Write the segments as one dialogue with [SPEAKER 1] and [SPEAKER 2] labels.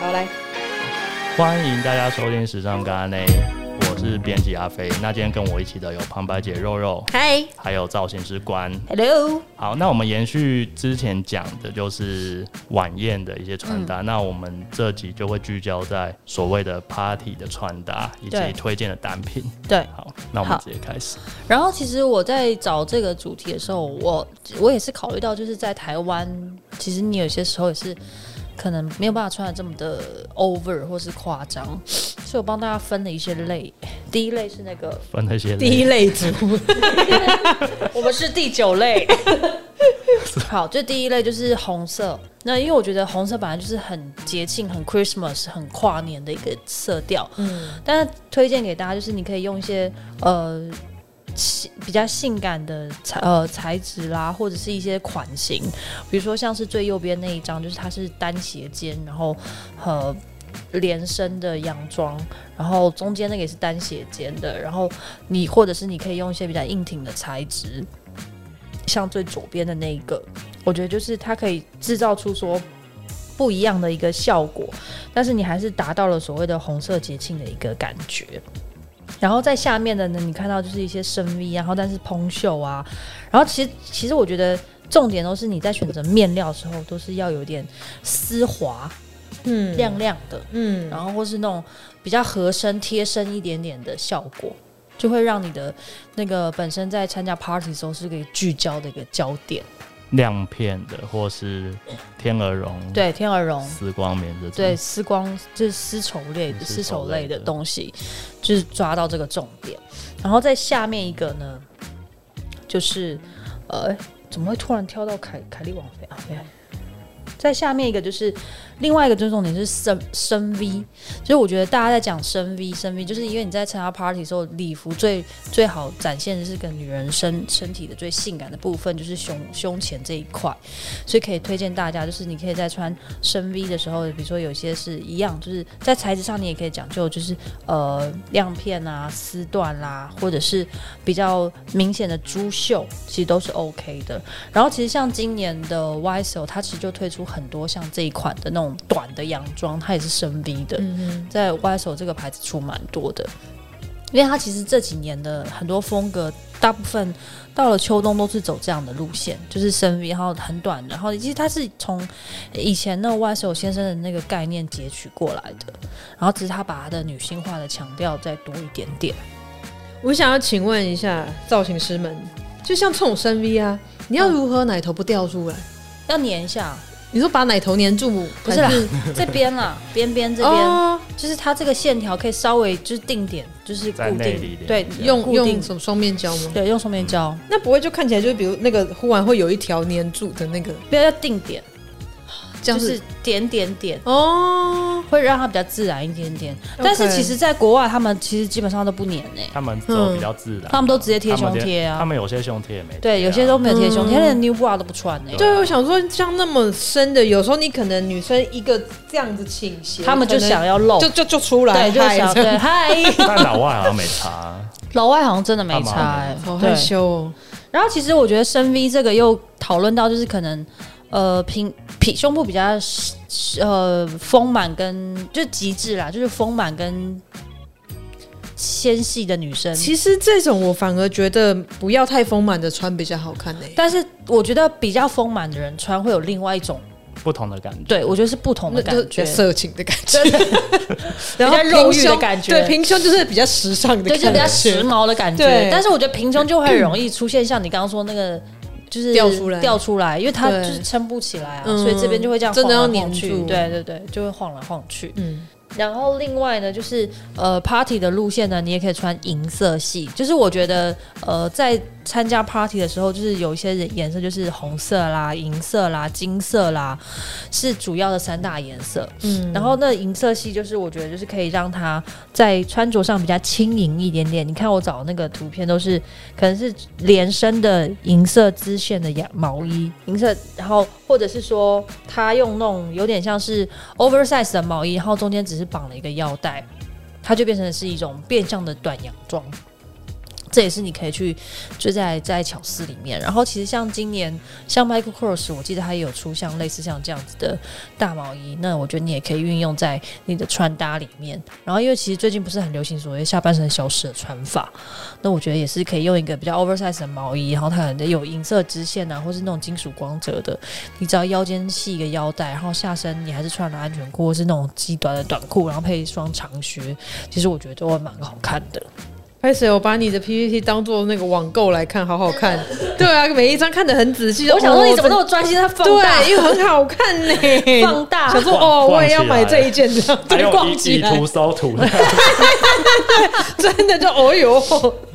[SPEAKER 1] 好来，
[SPEAKER 2] 欢迎大家收听《时尚咖内》，我是编辑阿飞。那今天跟我一起的有旁白姐肉肉，
[SPEAKER 1] 嗨
[SPEAKER 2] 还有造型师关。
[SPEAKER 1] ，Hello，
[SPEAKER 2] 好，那我们延续之前讲的就是晚宴的一些穿
[SPEAKER 1] 嗯
[SPEAKER 2] 搭，那我们这集就会聚焦在所谓的 party 的穿搭以及
[SPEAKER 1] 对
[SPEAKER 2] 推荐的单品。
[SPEAKER 1] 对。
[SPEAKER 2] 好，那我们
[SPEAKER 1] 好
[SPEAKER 2] 直接开始。
[SPEAKER 1] 然后其实我在找这个主题的时候，我我也是考虑到，就是在台湾，其实你有些时候也是可能没有办法穿的这么的 over 或是夸张，所以我帮大家分了一些类。第一类是那个
[SPEAKER 2] 分那些
[SPEAKER 1] 第一类族， 我们是第九类。好，这第一类就是红色。那因为我觉得红色本来就是很节庆、很 Christmas、很跨年的一个色调，嗯，但是推荐给大家就是你可以用一些呃性比较性感的材呃材质啦，或者是一些款型，比如说像是最右边那一张，就是它是单斜肩，然后呃连身的洋装，然后中间那个也是单斜肩的，然后你或者是你可以用一些比较硬挺的材质，像最左边的那一个，我觉得就是它可以制造出说不一样的一个效果，但是你还是达到了所谓的红色节庆的一个感觉。然后在下面的呢，你看到就是一些深 V，然后但是蓬袖啊，然后其实其实我觉得重点都是你在选择面料的时候，都是要有点丝滑、
[SPEAKER 3] 嗯
[SPEAKER 1] 亮亮的，
[SPEAKER 3] 嗯，
[SPEAKER 1] 然后或是那种比较合身、贴身一点点的效果，就会让你的那个本身在参加 party 的时候是可以聚焦的一个焦点。
[SPEAKER 2] 亮片的，或是天鹅绒、
[SPEAKER 1] 对，天鹅绒，
[SPEAKER 2] 丝光棉这种。
[SPEAKER 1] 对，丝光就是丝绸类的
[SPEAKER 2] 丝绸
[SPEAKER 1] 嗯丝绸类的
[SPEAKER 2] 类的
[SPEAKER 1] 东西，就是抓到这个重点。然后在下面一个呢，就是呃，怎么会突然跳到凯凯莉王妃啊？没有在下面一个就是另外一个就是重点是深深 V，就是我觉得大家在讲深 V 深 V，就是因为你在参加 party 的时候，礼服最最好展现的是跟女人身身体的最性感的部分，就是胸胸前这一块，所以可以推荐大家，就是你可以在穿深 V 的时候，比如说有些是一样，就是在材质上你也可以讲究，就是呃亮片啊、丝缎啦、或者是比较明显的珠绣，其实都是 OK 的。然后其实像今年的 YSL，它其实就推出很多像这一款的那种短的洋装，它也是深 V 的，
[SPEAKER 3] 嗯
[SPEAKER 1] 在 YSL 这个牌子出蛮多的。因为它其实这几年的很多风格，大部分到了秋冬都是走这样的路线，就是深 V，然后很短，然后其实它是从以前那 YSL 先生的那个概念截取过来的，然后只是他把他的女性化的强调再多一点点。
[SPEAKER 3] 我想要请问一下造型师们，就像这种深 V 啊，你要如何奶头不掉出来？
[SPEAKER 1] 要粘一下，
[SPEAKER 3] 你说把奶头粘住，
[SPEAKER 1] 不是啦
[SPEAKER 3] 还是，
[SPEAKER 1] 这 边啦，边边这边，
[SPEAKER 3] 哦，
[SPEAKER 1] 就是它这个线条可以稍微就是定点，就是固
[SPEAKER 2] 在内里点，
[SPEAKER 1] 定对，
[SPEAKER 3] 用
[SPEAKER 1] 固定
[SPEAKER 3] 用什么双面胶吗？
[SPEAKER 1] 对用双面胶，
[SPEAKER 3] 那不会就看起来就是比如那个忽然会有一条粘住的那个，
[SPEAKER 1] 不要要定点，
[SPEAKER 3] 这
[SPEAKER 1] 就
[SPEAKER 3] 样
[SPEAKER 1] 是点点点。
[SPEAKER 3] 哦，
[SPEAKER 1] 会让它比较自然一点点，但是其实，在国外他们其实基本上都不粘欸呢、
[SPEAKER 2] 他们走比较自然，
[SPEAKER 1] 嗯
[SPEAKER 2] 啊
[SPEAKER 1] 他们都直接贴胸
[SPEAKER 2] 他们
[SPEAKER 1] 贴
[SPEAKER 2] 贴他
[SPEAKER 1] 啊。
[SPEAKER 2] 们有些胸贴也没贴啊，
[SPEAKER 1] 对，有些都没有贴胸贴，
[SPEAKER 3] 嗯
[SPEAKER 1] 连 New Bra 都不穿呢、欸
[SPEAKER 2] 对
[SPEAKER 3] 对，我想说像那么深的，有时候你可能女生一个这样子倾斜，
[SPEAKER 1] 他们就
[SPEAKER 3] 可能
[SPEAKER 1] 想要露，
[SPEAKER 3] 就就就出来，
[SPEAKER 1] 对，就
[SPEAKER 3] 嗨
[SPEAKER 1] 想
[SPEAKER 3] 这
[SPEAKER 1] 对
[SPEAKER 3] 样
[SPEAKER 1] 嗨。
[SPEAKER 2] 但老外好像没差啊，
[SPEAKER 1] 老外好像真的没
[SPEAKER 2] 他们
[SPEAKER 1] 差、
[SPEAKER 2] 好
[SPEAKER 1] 欸，
[SPEAKER 3] 好害
[SPEAKER 1] 对。
[SPEAKER 3] 羞哦，
[SPEAKER 1] 然后其实我觉得深 V 这个又讨论到就是可能呃平平胸部比较呃丰满跟就极致啦，就是丰满跟纤细的女生。
[SPEAKER 3] 其实这种我反而觉得不要太丰满的穿比较好看欸呢、
[SPEAKER 1] 但是我觉得比较丰满的人穿会有另外一种，
[SPEAKER 2] 不同的感觉。
[SPEAKER 1] 对我觉得是不同的
[SPEAKER 3] 那
[SPEAKER 1] 感
[SPEAKER 3] 就是比
[SPEAKER 1] 觉
[SPEAKER 3] 较，色情的感觉， 然后
[SPEAKER 1] 比较肉
[SPEAKER 3] 平
[SPEAKER 1] 欲的
[SPEAKER 3] 胸
[SPEAKER 1] 感觉
[SPEAKER 3] 对，平胸就是比较时尚的
[SPEAKER 1] 对，
[SPEAKER 3] 感觉，
[SPEAKER 1] 就比较时髦的感觉
[SPEAKER 3] 对。
[SPEAKER 1] 但是我觉得平胸就会容易出现像你刚刚说那个，就是
[SPEAKER 3] 掉出来
[SPEAKER 1] 掉出来，因为它
[SPEAKER 3] 对
[SPEAKER 1] 就是撑不起来啊，
[SPEAKER 3] 嗯
[SPEAKER 1] 所以这边就会这样
[SPEAKER 3] 真的要
[SPEAKER 1] 晃来晃
[SPEAKER 3] 粘
[SPEAKER 1] 去
[SPEAKER 3] 住
[SPEAKER 1] 对对对，就会晃来晃去。
[SPEAKER 3] 嗯，
[SPEAKER 1] 然后另外呢，就是呃，party 的路线呢，你也可以穿银色系。就是我觉得呃，在参加 party 的时候，就是有一些人颜色就是红色啦、银色啦、金色啦，是主要的三大颜色。嗯，然后那银色系就是我觉得就是可以让它在穿着上比较轻盈一点点。你看我找那个图片都是可能是连身的银色支线的羊毛衣，银色，然后或者是说他用那种有点像是 oversize 的毛衣，然后中间只是绑了一个腰带，它就变成是一种变相的短洋装。这也是你可以去追在在巧思里面。然后其实像今年像 Michael Kors，我记得他也有出像类似像这样子的大毛衣，那我觉得你也可以运用在你的穿搭里面。然后因为其实最近不是很流行所谓下半身消失的穿法，那我觉得也是可以用一个比较 oversize 的毛衣，然后它可能有银色支线啊，或是那种金属光泽的，你只要腰间系一个腰带，然后下身你还是穿了安全裤，或是那种极短的短裤，然后配一双长靴，其实我觉得都会蛮好看的。
[SPEAKER 3] 拍谁？我把你的 PPT 当做那个网购来看，好好看。 对啊，每一张看得很仔细。
[SPEAKER 1] 我想说
[SPEAKER 3] 哦
[SPEAKER 1] 你怎么那么专心在放大？
[SPEAKER 3] 对，因为很好看呢、
[SPEAKER 1] 放大
[SPEAKER 3] 想说
[SPEAKER 2] 逛
[SPEAKER 3] 哦，我也要
[SPEAKER 2] 逛起来
[SPEAKER 3] 买这一件，这样
[SPEAKER 2] 还
[SPEAKER 3] 对，
[SPEAKER 2] 有
[SPEAKER 3] 逛
[SPEAKER 2] 以
[SPEAKER 3] 起
[SPEAKER 1] 啊
[SPEAKER 2] 以
[SPEAKER 3] 来
[SPEAKER 2] 图，搜图 的，
[SPEAKER 3] 真的就哦哟，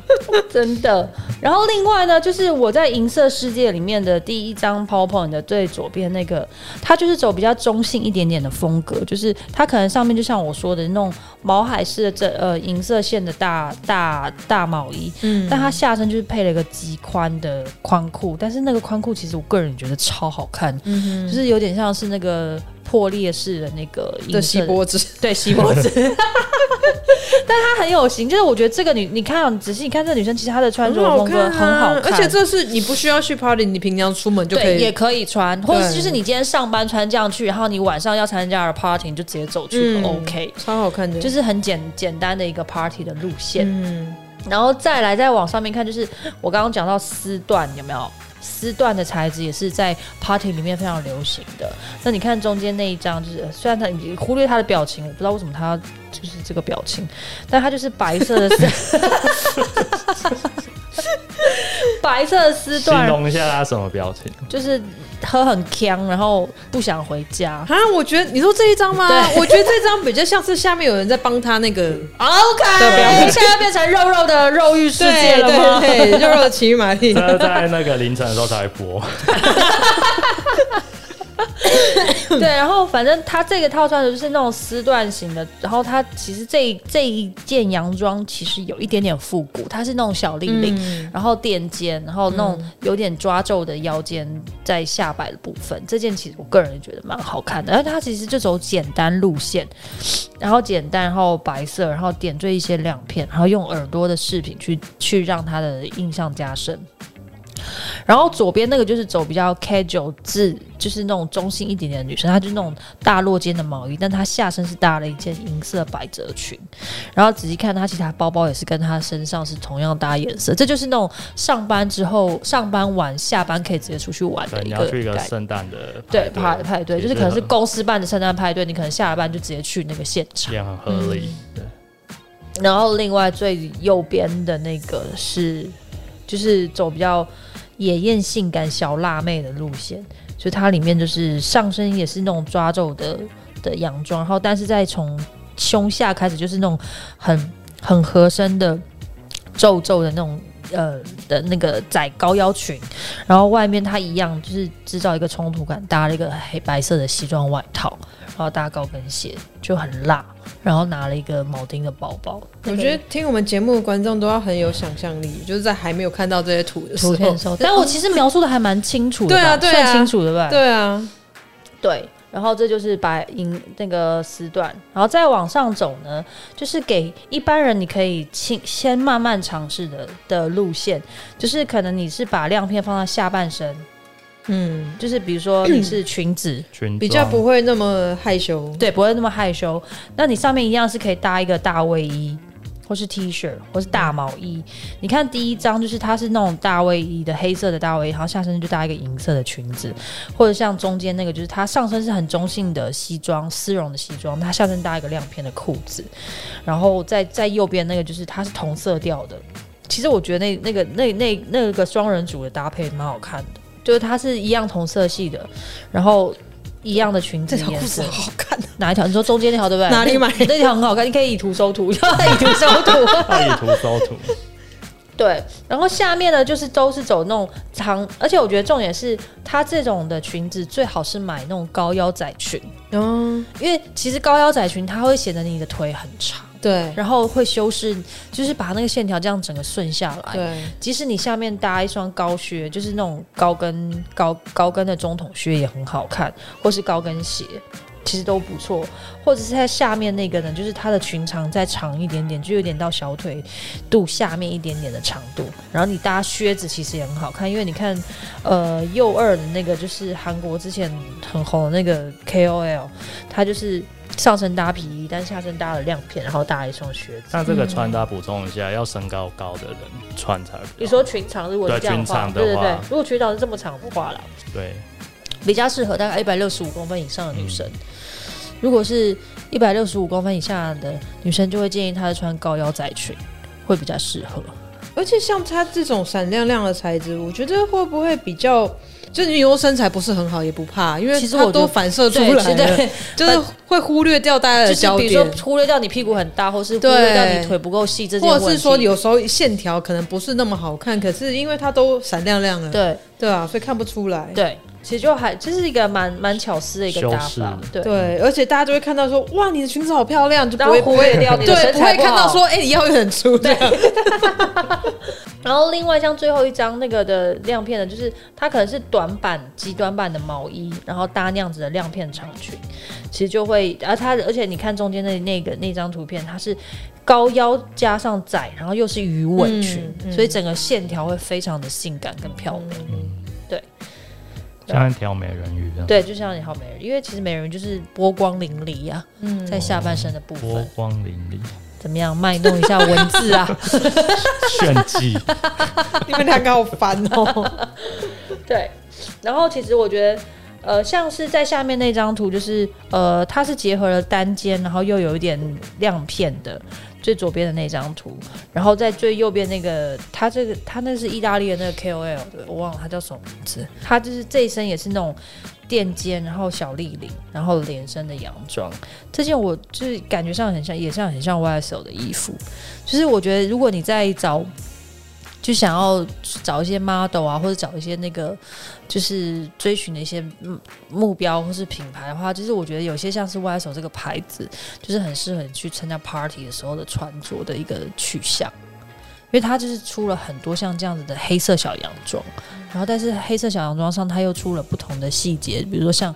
[SPEAKER 1] 真的。然后另外呢，就是我在银色世界里面的第一张 PowerPoint 的最左边那个，它就是走比较中性一点点的风格，就是它可能上面就像我说的那种毛海式的这呃银色线的大大大毛衣，
[SPEAKER 3] 嗯，
[SPEAKER 1] 但它下身就是配了一个极宽的宽裤，但是那个宽裤其实我个人觉得超好看，
[SPEAKER 3] 嗯
[SPEAKER 1] 就是有点像是那个破裂式的那个
[SPEAKER 3] 哼，的
[SPEAKER 1] 银
[SPEAKER 3] 锡
[SPEAKER 1] 色嗯的
[SPEAKER 3] 箔纸，
[SPEAKER 1] 对，锡箔 纸。但她很有型，就是我觉得这个女，你看、啊，你仔细你看这个女生，其实她的穿着
[SPEAKER 3] 很好
[SPEAKER 1] 风格
[SPEAKER 3] 看、啊
[SPEAKER 1] 很好
[SPEAKER 3] 而
[SPEAKER 1] 看，
[SPEAKER 3] 且这是你不需要去 party，你平常出门就可
[SPEAKER 1] 对也
[SPEAKER 3] 以。
[SPEAKER 1] 可以穿，或者
[SPEAKER 3] 对
[SPEAKER 1] 就是你今天上班穿这样去，然后你晚上要参加了 party，你就直接走去、
[SPEAKER 3] 嗯
[SPEAKER 1] OK。
[SPEAKER 3] 超好看的，
[SPEAKER 1] 就是很简简单的一个 party 的路线，
[SPEAKER 3] 嗯，
[SPEAKER 1] 然后再来再往上面看，就是我刚刚讲到丝缎有没有？丝缎的材质也是在 party 里面非常流行的。那你看中间那一张，就是呃虽然他你忽略他的表情，我不知道为什么他就是这个表情，但他就是白色的丝， 白色的丝
[SPEAKER 2] 形
[SPEAKER 1] 缎，
[SPEAKER 2] 容一下他什么表 情？
[SPEAKER 1] 就是喝很呛，然后不想回家。
[SPEAKER 3] 啊，我觉得你说这一张吗？
[SPEAKER 1] 对
[SPEAKER 3] 我觉得这张比较像是下面有人在帮他那个
[SPEAKER 1] OK，
[SPEAKER 3] 对不要
[SPEAKER 1] 现在变成肉肉的肉欲世界
[SPEAKER 3] 对
[SPEAKER 1] 了吗？
[SPEAKER 3] 对对，就是骑马丽，
[SPEAKER 2] 这在那个凌晨的时候才会播，
[SPEAKER 1] 对，然后反正它这个套餐就是那种丝缎型的，然后它其实这一这一件洋装其实有一点点复古，它是那种小立领，
[SPEAKER 3] 嗯
[SPEAKER 1] 然后垫肩，然后那种有点抓皱的腰间在下摆的部分，这件其实我个人觉得蛮好看的，而且它其实就走简单路线，然后简单，然后白色，然后点缀一些亮片，然后用耳朵的饰品去去让它的印象加深。然后左边那个就是走比较 casual 自，就是那种中性一点点的女生，她就是那种大落肩的毛衣，但她下身是搭了一件银色百褶裙。然后仔细看她，其实她包包也是跟她身上是同样搭颜色，这就是那种上班之后、上班完、下班可以直接出去玩
[SPEAKER 2] 对，
[SPEAKER 1] 的
[SPEAKER 2] 你
[SPEAKER 1] 一
[SPEAKER 2] 要
[SPEAKER 1] 个
[SPEAKER 2] 去一个
[SPEAKER 1] 概念
[SPEAKER 2] 圣诞的
[SPEAKER 1] 对派
[SPEAKER 2] 派
[SPEAKER 1] 派对，
[SPEAKER 2] 其
[SPEAKER 1] 就
[SPEAKER 2] 实
[SPEAKER 1] 是可能是
[SPEAKER 2] 很
[SPEAKER 1] 公司办的圣诞派对，你可能下了班就直接去那个现场。
[SPEAKER 2] 也很合理。对，
[SPEAKER 1] 嗯然后另外最右边的那个是，就是走比较野艳、性感、小辣妹的路线，所以它里面就是上身也是那种抓皱的的洋装，然后但是再从胸下开始就是那种很很合身的皱皱的那种。呃的那个窄高腰裙，然后外面它一样就是制造一个冲突感，搭了一个黑白色的西装外套，然后搭高跟鞋，就很辣。然后拿了一个铆钉的包包。
[SPEAKER 3] 我觉得听我们节目的观众都要很有想象力，就是在还没有看到这些图的时
[SPEAKER 1] 图片
[SPEAKER 3] 候
[SPEAKER 1] 的，时候，但我其实描述的还蛮清楚的吧，
[SPEAKER 3] 哦对啊对啊
[SPEAKER 1] 算清楚的吧？
[SPEAKER 3] 对啊，
[SPEAKER 1] 对。然后这就是白银那个丝缎，然后再往上走呢，就是给一般人你可以轻先慢慢尝试的的路线，就是可能你是把亮片放在下半身，
[SPEAKER 3] 嗯，
[SPEAKER 1] 就是比如说 你是裙子，
[SPEAKER 2] 群
[SPEAKER 3] 比较不会那么害羞。
[SPEAKER 1] 对，不会那么害羞。那你上面一样是可以搭一个大卫衣，或是 T 恤，或是大毛衣。你看第一张就是它是那种大卫衣的黑色的大卫衣，然后下身就搭一个银色的裙子，或者像中间那个就是它上身是很中性的西装，丝绒的西装，它下身搭一个亮片的裤子，然后在在右边那个就是它是同色调的。其实我觉得那那个那那那个双人组的搭配蛮好看的，就是它是一样同色系的，然后一样的裙子
[SPEAKER 3] 这条
[SPEAKER 1] 颜
[SPEAKER 3] 裤子
[SPEAKER 1] 色
[SPEAKER 3] 好，好看，
[SPEAKER 1] 哪一条？你说中间那条对不对？
[SPEAKER 3] 哪里买
[SPEAKER 1] 那那条很好看，你可以以图搜图，以 图搜图。
[SPEAKER 2] 要以图搜 图，
[SPEAKER 1] 对，然后下面呢就是都是走那种长，而且我觉得重点是它这种的裙子最好是买那种高腰窄裙，
[SPEAKER 3] 嗯，
[SPEAKER 1] 因为其实高腰窄裙它会显得你的腿很长，
[SPEAKER 3] 对
[SPEAKER 1] 然后会修饰，就是把那个线条这样整个顺下来。
[SPEAKER 3] 对，
[SPEAKER 1] 即使你下面搭一双高靴，就是那种高跟高高跟的中筒靴也很好看，或是高跟鞋。其实都不错，或者是它下面那个呢，就是它的裙长再长一点点，就有点到小腿肚下面一点点的长度。然后你搭靴子其实也很好看，因为你看，呃，右二的那个就是韩国之前很红的那个 KOL，他就是上身搭皮衣，但下身搭了亮片，然后搭了一双靴子。
[SPEAKER 2] 那这个穿搭补充一下，要身高高的人穿才。
[SPEAKER 1] 你说裙长如果是
[SPEAKER 2] 对
[SPEAKER 1] 这样的话，
[SPEAKER 2] 裙长的
[SPEAKER 1] 对对对
[SPEAKER 2] 话，
[SPEAKER 1] 如果裙长是这么长的话啦，
[SPEAKER 2] 对，
[SPEAKER 1] 比较适合大概一百六十五公分以上的女生。
[SPEAKER 2] 嗯
[SPEAKER 1] 如果是一百六十五公分以下的女生，就会建议她穿高腰窄裙，会比较适合。
[SPEAKER 3] 而且像它这种闪亮亮的材质，我觉得会不会比较，就是你如果身材不是很好也不怕，因为
[SPEAKER 1] 其实
[SPEAKER 3] 它
[SPEAKER 1] 我觉
[SPEAKER 3] 都
[SPEAKER 1] 得
[SPEAKER 3] 反射出
[SPEAKER 1] 对，
[SPEAKER 3] 来了，
[SPEAKER 1] 对，
[SPEAKER 3] 就是会忽略掉大家的
[SPEAKER 1] 就是
[SPEAKER 3] 焦
[SPEAKER 1] 比如说
[SPEAKER 3] 点。
[SPEAKER 1] 忽略掉你屁股很大，或是忽
[SPEAKER 3] 对
[SPEAKER 1] 略掉你腿不够细这件
[SPEAKER 3] 或
[SPEAKER 1] 问题，
[SPEAKER 3] 者是说，有时候线条可能不是那么好看，可是因为它都闪亮亮了，
[SPEAKER 1] 对
[SPEAKER 3] 对啊，所以看不出来。
[SPEAKER 1] 对，其实就还这是一个蛮蛮巧思的一个
[SPEAKER 2] 修
[SPEAKER 1] 搭
[SPEAKER 2] 饰
[SPEAKER 1] 法，对。
[SPEAKER 3] 对，而且大家就会看到说，哇，你的裙子好漂亮，就
[SPEAKER 1] 然
[SPEAKER 3] 不
[SPEAKER 1] 后
[SPEAKER 3] 会
[SPEAKER 1] 忽略掉你的
[SPEAKER 3] 对，
[SPEAKER 1] 身
[SPEAKER 3] 不会
[SPEAKER 1] 材不
[SPEAKER 3] 看
[SPEAKER 1] 好
[SPEAKER 3] 到说，哎、你腰有点粗这样。
[SPEAKER 1] 然后另外像最后一张那个的亮片呢，就是它可能是短版极短版的毛衣，然后搭那样子的亮片长裙，其实就会，而、它而且你看中间的那个那张图片，它是高腰加上窄，然后又是鱼尾裙，
[SPEAKER 3] 嗯嗯嗯
[SPEAKER 1] 所以整个线条会非常的性感跟漂亮。
[SPEAKER 2] 像一条美人鱼这样，
[SPEAKER 1] 对，就像你好美人，因为其实美人就是波光粼粼呀、
[SPEAKER 3] 嗯
[SPEAKER 1] 在下半身的部分、
[SPEAKER 2] 波光粼粼，
[SPEAKER 1] 怎么样卖弄一下文 字啊？
[SPEAKER 2] 炫技，
[SPEAKER 3] 你们两个好烦哦。
[SPEAKER 1] 对，然后其实我觉得，呃，像是在下面那张图，就是呃，它是结合了单肩，然后又有一点亮片的最左边的那张图，然后在最右边那个，它这个它那是意大利的那个 KOL 的，我忘了它叫什么名字，它就是这一身也是那种。垫肩，然后小立领，然后连身的洋装，这件我就是感觉上很像，也像很像 YSL 的衣服。就是我觉得，如果你在找，就想要找一些 model 啊，或者找一些那个就是追寻的一些嗯目标或是品牌的话，就是我觉得有些像是 YSL 这个牌子，就是很适合你去参加 party 的时候的穿着的一个取向，因为它就是出了很多像这样子的黑色小洋装，然后但是黑色小洋装上它又出了不同的细节，比如说像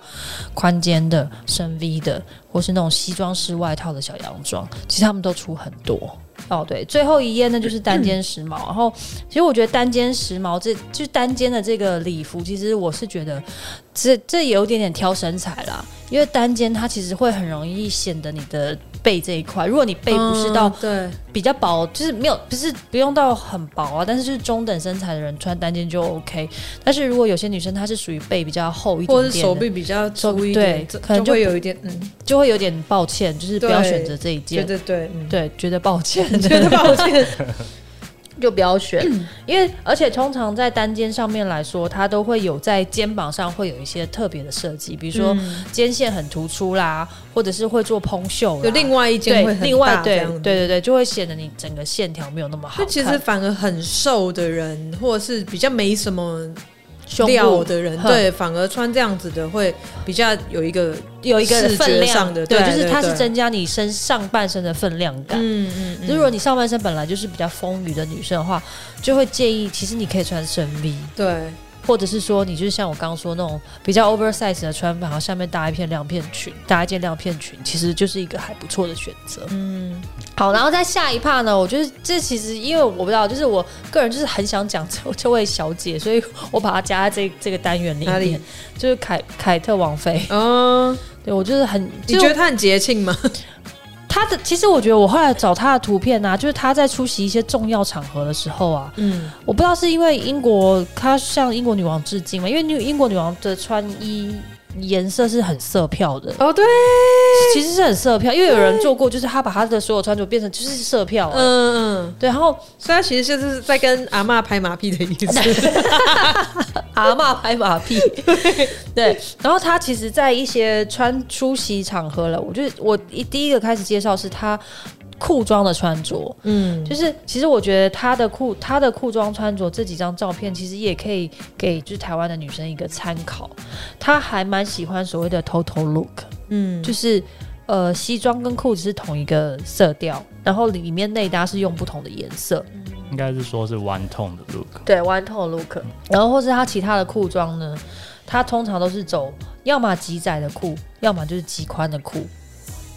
[SPEAKER 1] 宽肩的、深 V 的，或是那种西装式外套的小洋装，其实他们都出很多。哦，对，最后一页呢就是单肩时髦，然后其实我觉得单肩时髦这就是单肩的这个礼服，其实我是觉得这这也有点点挑身材啦，因为单肩它其实会很容易显得你的背这一块，如果你 背不是到
[SPEAKER 3] 嗯对，
[SPEAKER 1] 比较薄，就是没有不是不用到很薄啊，但是就是中等身材的人穿单肩就 OK。但是如果有些女生她是属于背比较厚一点点
[SPEAKER 3] 或
[SPEAKER 1] 的，
[SPEAKER 3] 者是手臂比较粗一点，
[SPEAKER 1] 对
[SPEAKER 3] 这
[SPEAKER 1] 可能
[SPEAKER 3] 就
[SPEAKER 1] 就
[SPEAKER 3] 会有一点，嗯，
[SPEAKER 1] 就会有点抱歉，就是不要
[SPEAKER 3] 对
[SPEAKER 1] 选择这一
[SPEAKER 3] 对
[SPEAKER 1] 件。
[SPEAKER 3] 对对，嗯，
[SPEAKER 1] 对，觉得抱歉，
[SPEAKER 3] 觉得抱歉。
[SPEAKER 1] 就不要选， 因为而且通常在单肩上面来说，它都会有在肩膀上会有一些特别的设计，比如
[SPEAKER 3] 嗯
[SPEAKER 1] 说肩线很突出啦，或者是会做蓬袖啦，
[SPEAKER 3] 有另外一件会
[SPEAKER 1] 对
[SPEAKER 3] 很
[SPEAKER 1] 另外
[SPEAKER 3] 大这
[SPEAKER 1] 对
[SPEAKER 3] 样
[SPEAKER 1] 对
[SPEAKER 3] 子。
[SPEAKER 1] 对对，就会显得你整个线条没有那么好
[SPEAKER 3] 那
[SPEAKER 1] 看。
[SPEAKER 3] 其实反而很瘦的人，或者是比较没什么
[SPEAKER 1] 胸
[SPEAKER 3] 料
[SPEAKER 1] 部
[SPEAKER 3] 的人，
[SPEAKER 1] 哼
[SPEAKER 3] 对，反而穿这样子的会比较有一个，
[SPEAKER 1] 有一个
[SPEAKER 3] 视觉
[SPEAKER 1] 分量
[SPEAKER 3] 上的
[SPEAKER 1] 对，
[SPEAKER 3] 对
[SPEAKER 1] 就是
[SPEAKER 3] 对
[SPEAKER 1] 它是
[SPEAKER 3] 对
[SPEAKER 1] 增加你身上半身的分量感。
[SPEAKER 3] 嗯嗯
[SPEAKER 1] 如果你上半身本来就是比较丰腴的女生的话，就会建议其实你可以穿深 V，
[SPEAKER 3] 对，
[SPEAKER 1] 或者是说你就是像我刚刚说那种比较 oversize 的穿法，然后下面搭一片亮片裙，搭一件亮片裙，其实就是一个还不错的选择。
[SPEAKER 3] 嗯，
[SPEAKER 1] 好，然后在下一趴呢，我就是这其实因为我不知道，就是我个人就是很想讲这这位小姐，所以我把她加在这这个单元里
[SPEAKER 3] 哪里
[SPEAKER 1] 面，就是凯凯特王妃。
[SPEAKER 3] 哦，
[SPEAKER 1] 对我就是很，
[SPEAKER 3] 你觉得他很节庆吗？
[SPEAKER 1] 他的，其实我觉得我后来找他的图片啊，就是他在出席一些重要场合的时候啊，
[SPEAKER 3] 嗯，
[SPEAKER 1] 我不知道是因为英国他向英国女王致敬嘛，因为女英国女王的穿衣颜色是很色票的，
[SPEAKER 3] 哦，对，
[SPEAKER 1] 其实是很色票，因为有人做过，就是他把他的所有穿着变成就是色票、嗯，
[SPEAKER 3] 嗯嗯，
[SPEAKER 1] 对，然后
[SPEAKER 3] 所以他其实就是在跟阿嬷拍马屁的意思。
[SPEAKER 1] 阿嬷拍马屁，对，然后他其实，在一些穿出席场合了，我就我一第一个开始介绍是他裤装的穿着，
[SPEAKER 3] 嗯，
[SPEAKER 1] 就是其实我觉得她的裤她的裤装穿着这几张照片，其实也可以给就是台湾的女生一个参考。她还蛮喜欢所谓的 total look，
[SPEAKER 3] 嗯，
[SPEAKER 1] 就是呃西装跟裤子是同一个色调，然后里面内搭是用不同的颜色，
[SPEAKER 2] 应该是说是 one tone 的 look，
[SPEAKER 1] 对，one tone look。然后或是她其他的裤装呢，她通常都是走要么极窄的裤，要么就是极宽的裤。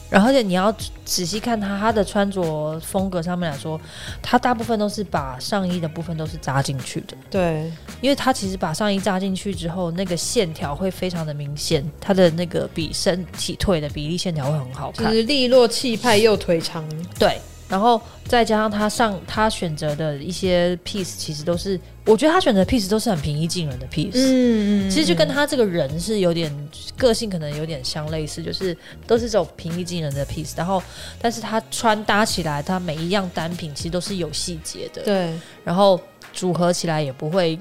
[SPEAKER 1] 然后，而且你要仔细看他他的穿着风格上面来说，他大部分都是把上衣的部分都是扎进去的，
[SPEAKER 3] 对，
[SPEAKER 1] 因为他其实把上衣扎进去之后，那个线条会非常的明显，他的那个比身体腿的比例线条会很好
[SPEAKER 3] 就
[SPEAKER 1] 看。
[SPEAKER 3] 是利落气派又腿长，
[SPEAKER 1] 对，然后再加上他上他选择的一些 piece，其实都是我觉得他选择的 piece 都是很平易近人的 piece。
[SPEAKER 3] 嗯
[SPEAKER 1] 其实就跟他这个人是有点个性，可能有点相类似，就是都是这种平易近人的 piece。然后，但是他穿搭起来，他每一样单品其实都是有细节的，
[SPEAKER 3] 对，
[SPEAKER 1] 然后组合起来也不会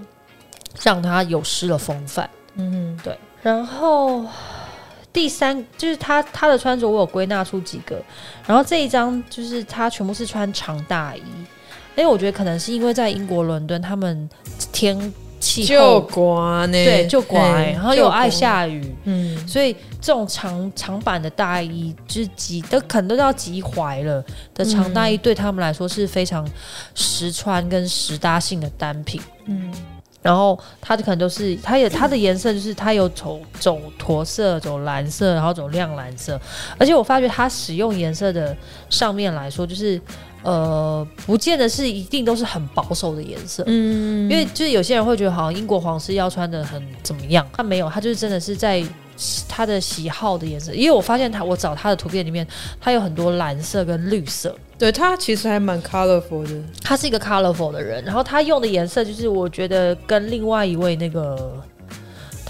[SPEAKER 1] 让他有失了风范。
[SPEAKER 3] 嗯，
[SPEAKER 1] 对，然后第三就是他他的穿着，我有归纳出几个。然后这一张就是他全部是穿长大衣，因为我觉得可能是因为在英国伦敦，他们天气
[SPEAKER 3] 就
[SPEAKER 1] 候
[SPEAKER 3] 刮呢，
[SPEAKER 1] 对就乖，
[SPEAKER 3] 嘿
[SPEAKER 1] 然后又爱，下雨，
[SPEAKER 3] 就刮嗯，
[SPEAKER 1] 所以这种长长版的大衣，就是及都可能都要及踝了的长大衣，对他们来说是非常实穿跟实搭性的单品。
[SPEAKER 3] 嗯，
[SPEAKER 1] 然后它就可能都是，它也它的颜色就是它有走走驼色、走蓝色，然后走亮蓝色，而且我发觉它使用颜色的上面来说，就是呃，不见得是一定都是很保守的颜色，
[SPEAKER 3] 嗯，
[SPEAKER 1] 因为就是有些人会觉得好像英国皇室要穿的很怎么样，他没有，他就是真的是在他的喜好的颜色，因为我发现他我找他的图片里面，他有很多蓝色跟绿色，
[SPEAKER 3] 对他其实还蛮 colorful 的，
[SPEAKER 1] 他是一个 colorful 的人，然后他用的颜色就是我觉得跟另外一位那个。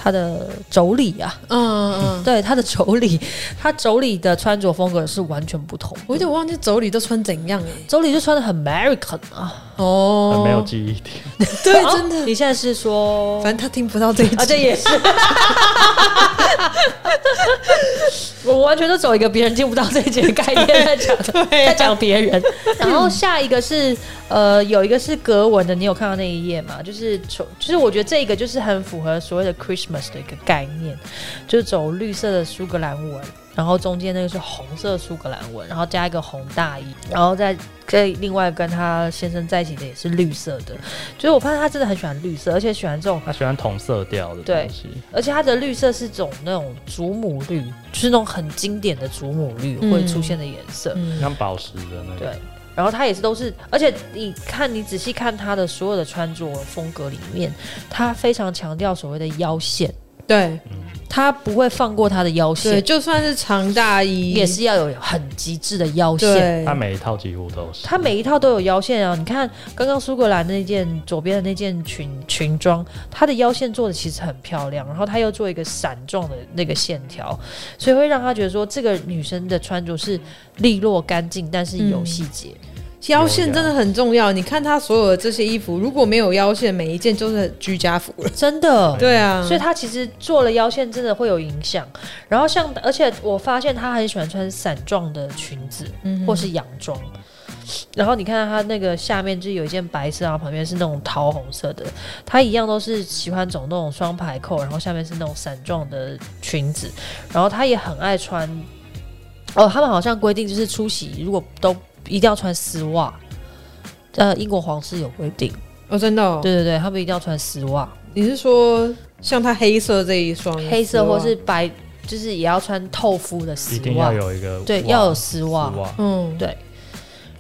[SPEAKER 1] 他的妯娌啊，
[SPEAKER 3] 嗯嗯嗯，
[SPEAKER 1] 对他的妯娌， 他妯娌的穿着风格是完全不同的。
[SPEAKER 3] 我有点忘记走里都穿怎样哎，
[SPEAKER 1] 妯娌就穿的很 American 啊，
[SPEAKER 3] 哦
[SPEAKER 2] 很没有记忆点。
[SPEAKER 3] 对，真
[SPEAKER 1] 啊
[SPEAKER 3] 的，哦
[SPEAKER 1] 你现在是说
[SPEAKER 3] 反正他听不到这一集，
[SPEAKER 1] 啊，这也是。我完全都走一个别人听不到这一节的概念在讲，在讲别人。然后下一个是呃，有一个是格纹的，你有看到那一页吗？就是走就是我觉得这个就是很符合所谓的 Christmas 的一个概念，就是走绿色的苏格兰纹，然后中间那个是红色苏格兰纹，然后加一个红大衣，然后再再另外跟他先生在一起的也是绿色的。就是我发现他真的很喜欢绿色，而且喜欢这种
[SPEAKER 2] 他喜欢同色调的
[SPEAKER 1] 对
[SPEAKER 2] 东西，
[SPEAKER 1] 而且它的绿色是种那种祖母绿，就是那种很经典的祖母绿
[SPEAKER 3] 嗯
[SPEAKER 1] 会出现的颜色。
[SPEAKER 3] 嗯
[SPEAKER 2] 像宝石的那
[SPEAKER 1] 对
[SPEAKER 2] 个。，
[SPEAKER 1] 然后它也是都是，而且你看，你仔细看它的所有的穿着风格里面，它非常强调所谓的腰线，
[SPEAKER 3] 对
[SPEAKER 2] 嗯
[SPEAKER 1] 它不会放过它的腰
[SPEAKER 3] 对，
[SPEAKER 1] 线，
[SPEAKER 3] 就算是长大衣
[SPEAKER 1] 也是要有很极致的腰线。
[SPEAKER 3] 对
[SPEAKER 2] 他，每一套几乎都是。
[SPEAKER 1] 它每一套都有腰线啊！你看刚刚苏格兰那件左边的那件裙裙装，它的腰线做的其实很漂亮，然后它又做一个闪状的那个线条，所以会让他觉得说这个女生的穿着是利落干净，但是有细节。
[SPEAKER 3] 腰线真的很重要。你看他所有的这些衣服，如果没有腰线，每一件就是居家服了。
[SPEAKER 1] 真的。
[SPEAKER 3] 对啊，
[SPEAKER 1] 所以他其实做了腰线，真的会有影响。然后像，而且我发现他很喜欢穿伞状的裙子，
[SPEAKER 3] 嗯
[SPEAKER 1] 或是洋装。然后你看他那个下面就有一件白色，然后旁边是那种桃红色的，他一样都是喜欢走那种双排扣，然后下面是那种伞状的裙子，然后他也很爱穿。哦，他们好像规定就是出席如果都一定要穿丝袜，呃，英国皇室有规定，
[SPEAKER 3] 哦，真的、哦，
[SPEAKER 1] 对对对，他们一定要穿丝袜，
[SPEAKER 3] 你是说像他黑色这一双
[SPEAKER 1] 黑色或
[SPEAKER 3] 丝
[SPEAKER 1] 是白，就是也要穿透肤的丝
[SPEAKER 2] 一定
[SPEAKER 1] 袜
[SPEAKER 2] 要，有一个
[SPEAKER 1] 对，
[SPEAKER 2] 袜
[SPEAKER 1] 要有丝
[SPEAKER 2] 丝
[SPEAKER 1] 袜。
[SPEAKER 2] 袜
[SPEAKER 3] 袜，嗯，
[SPEAKER 1] 对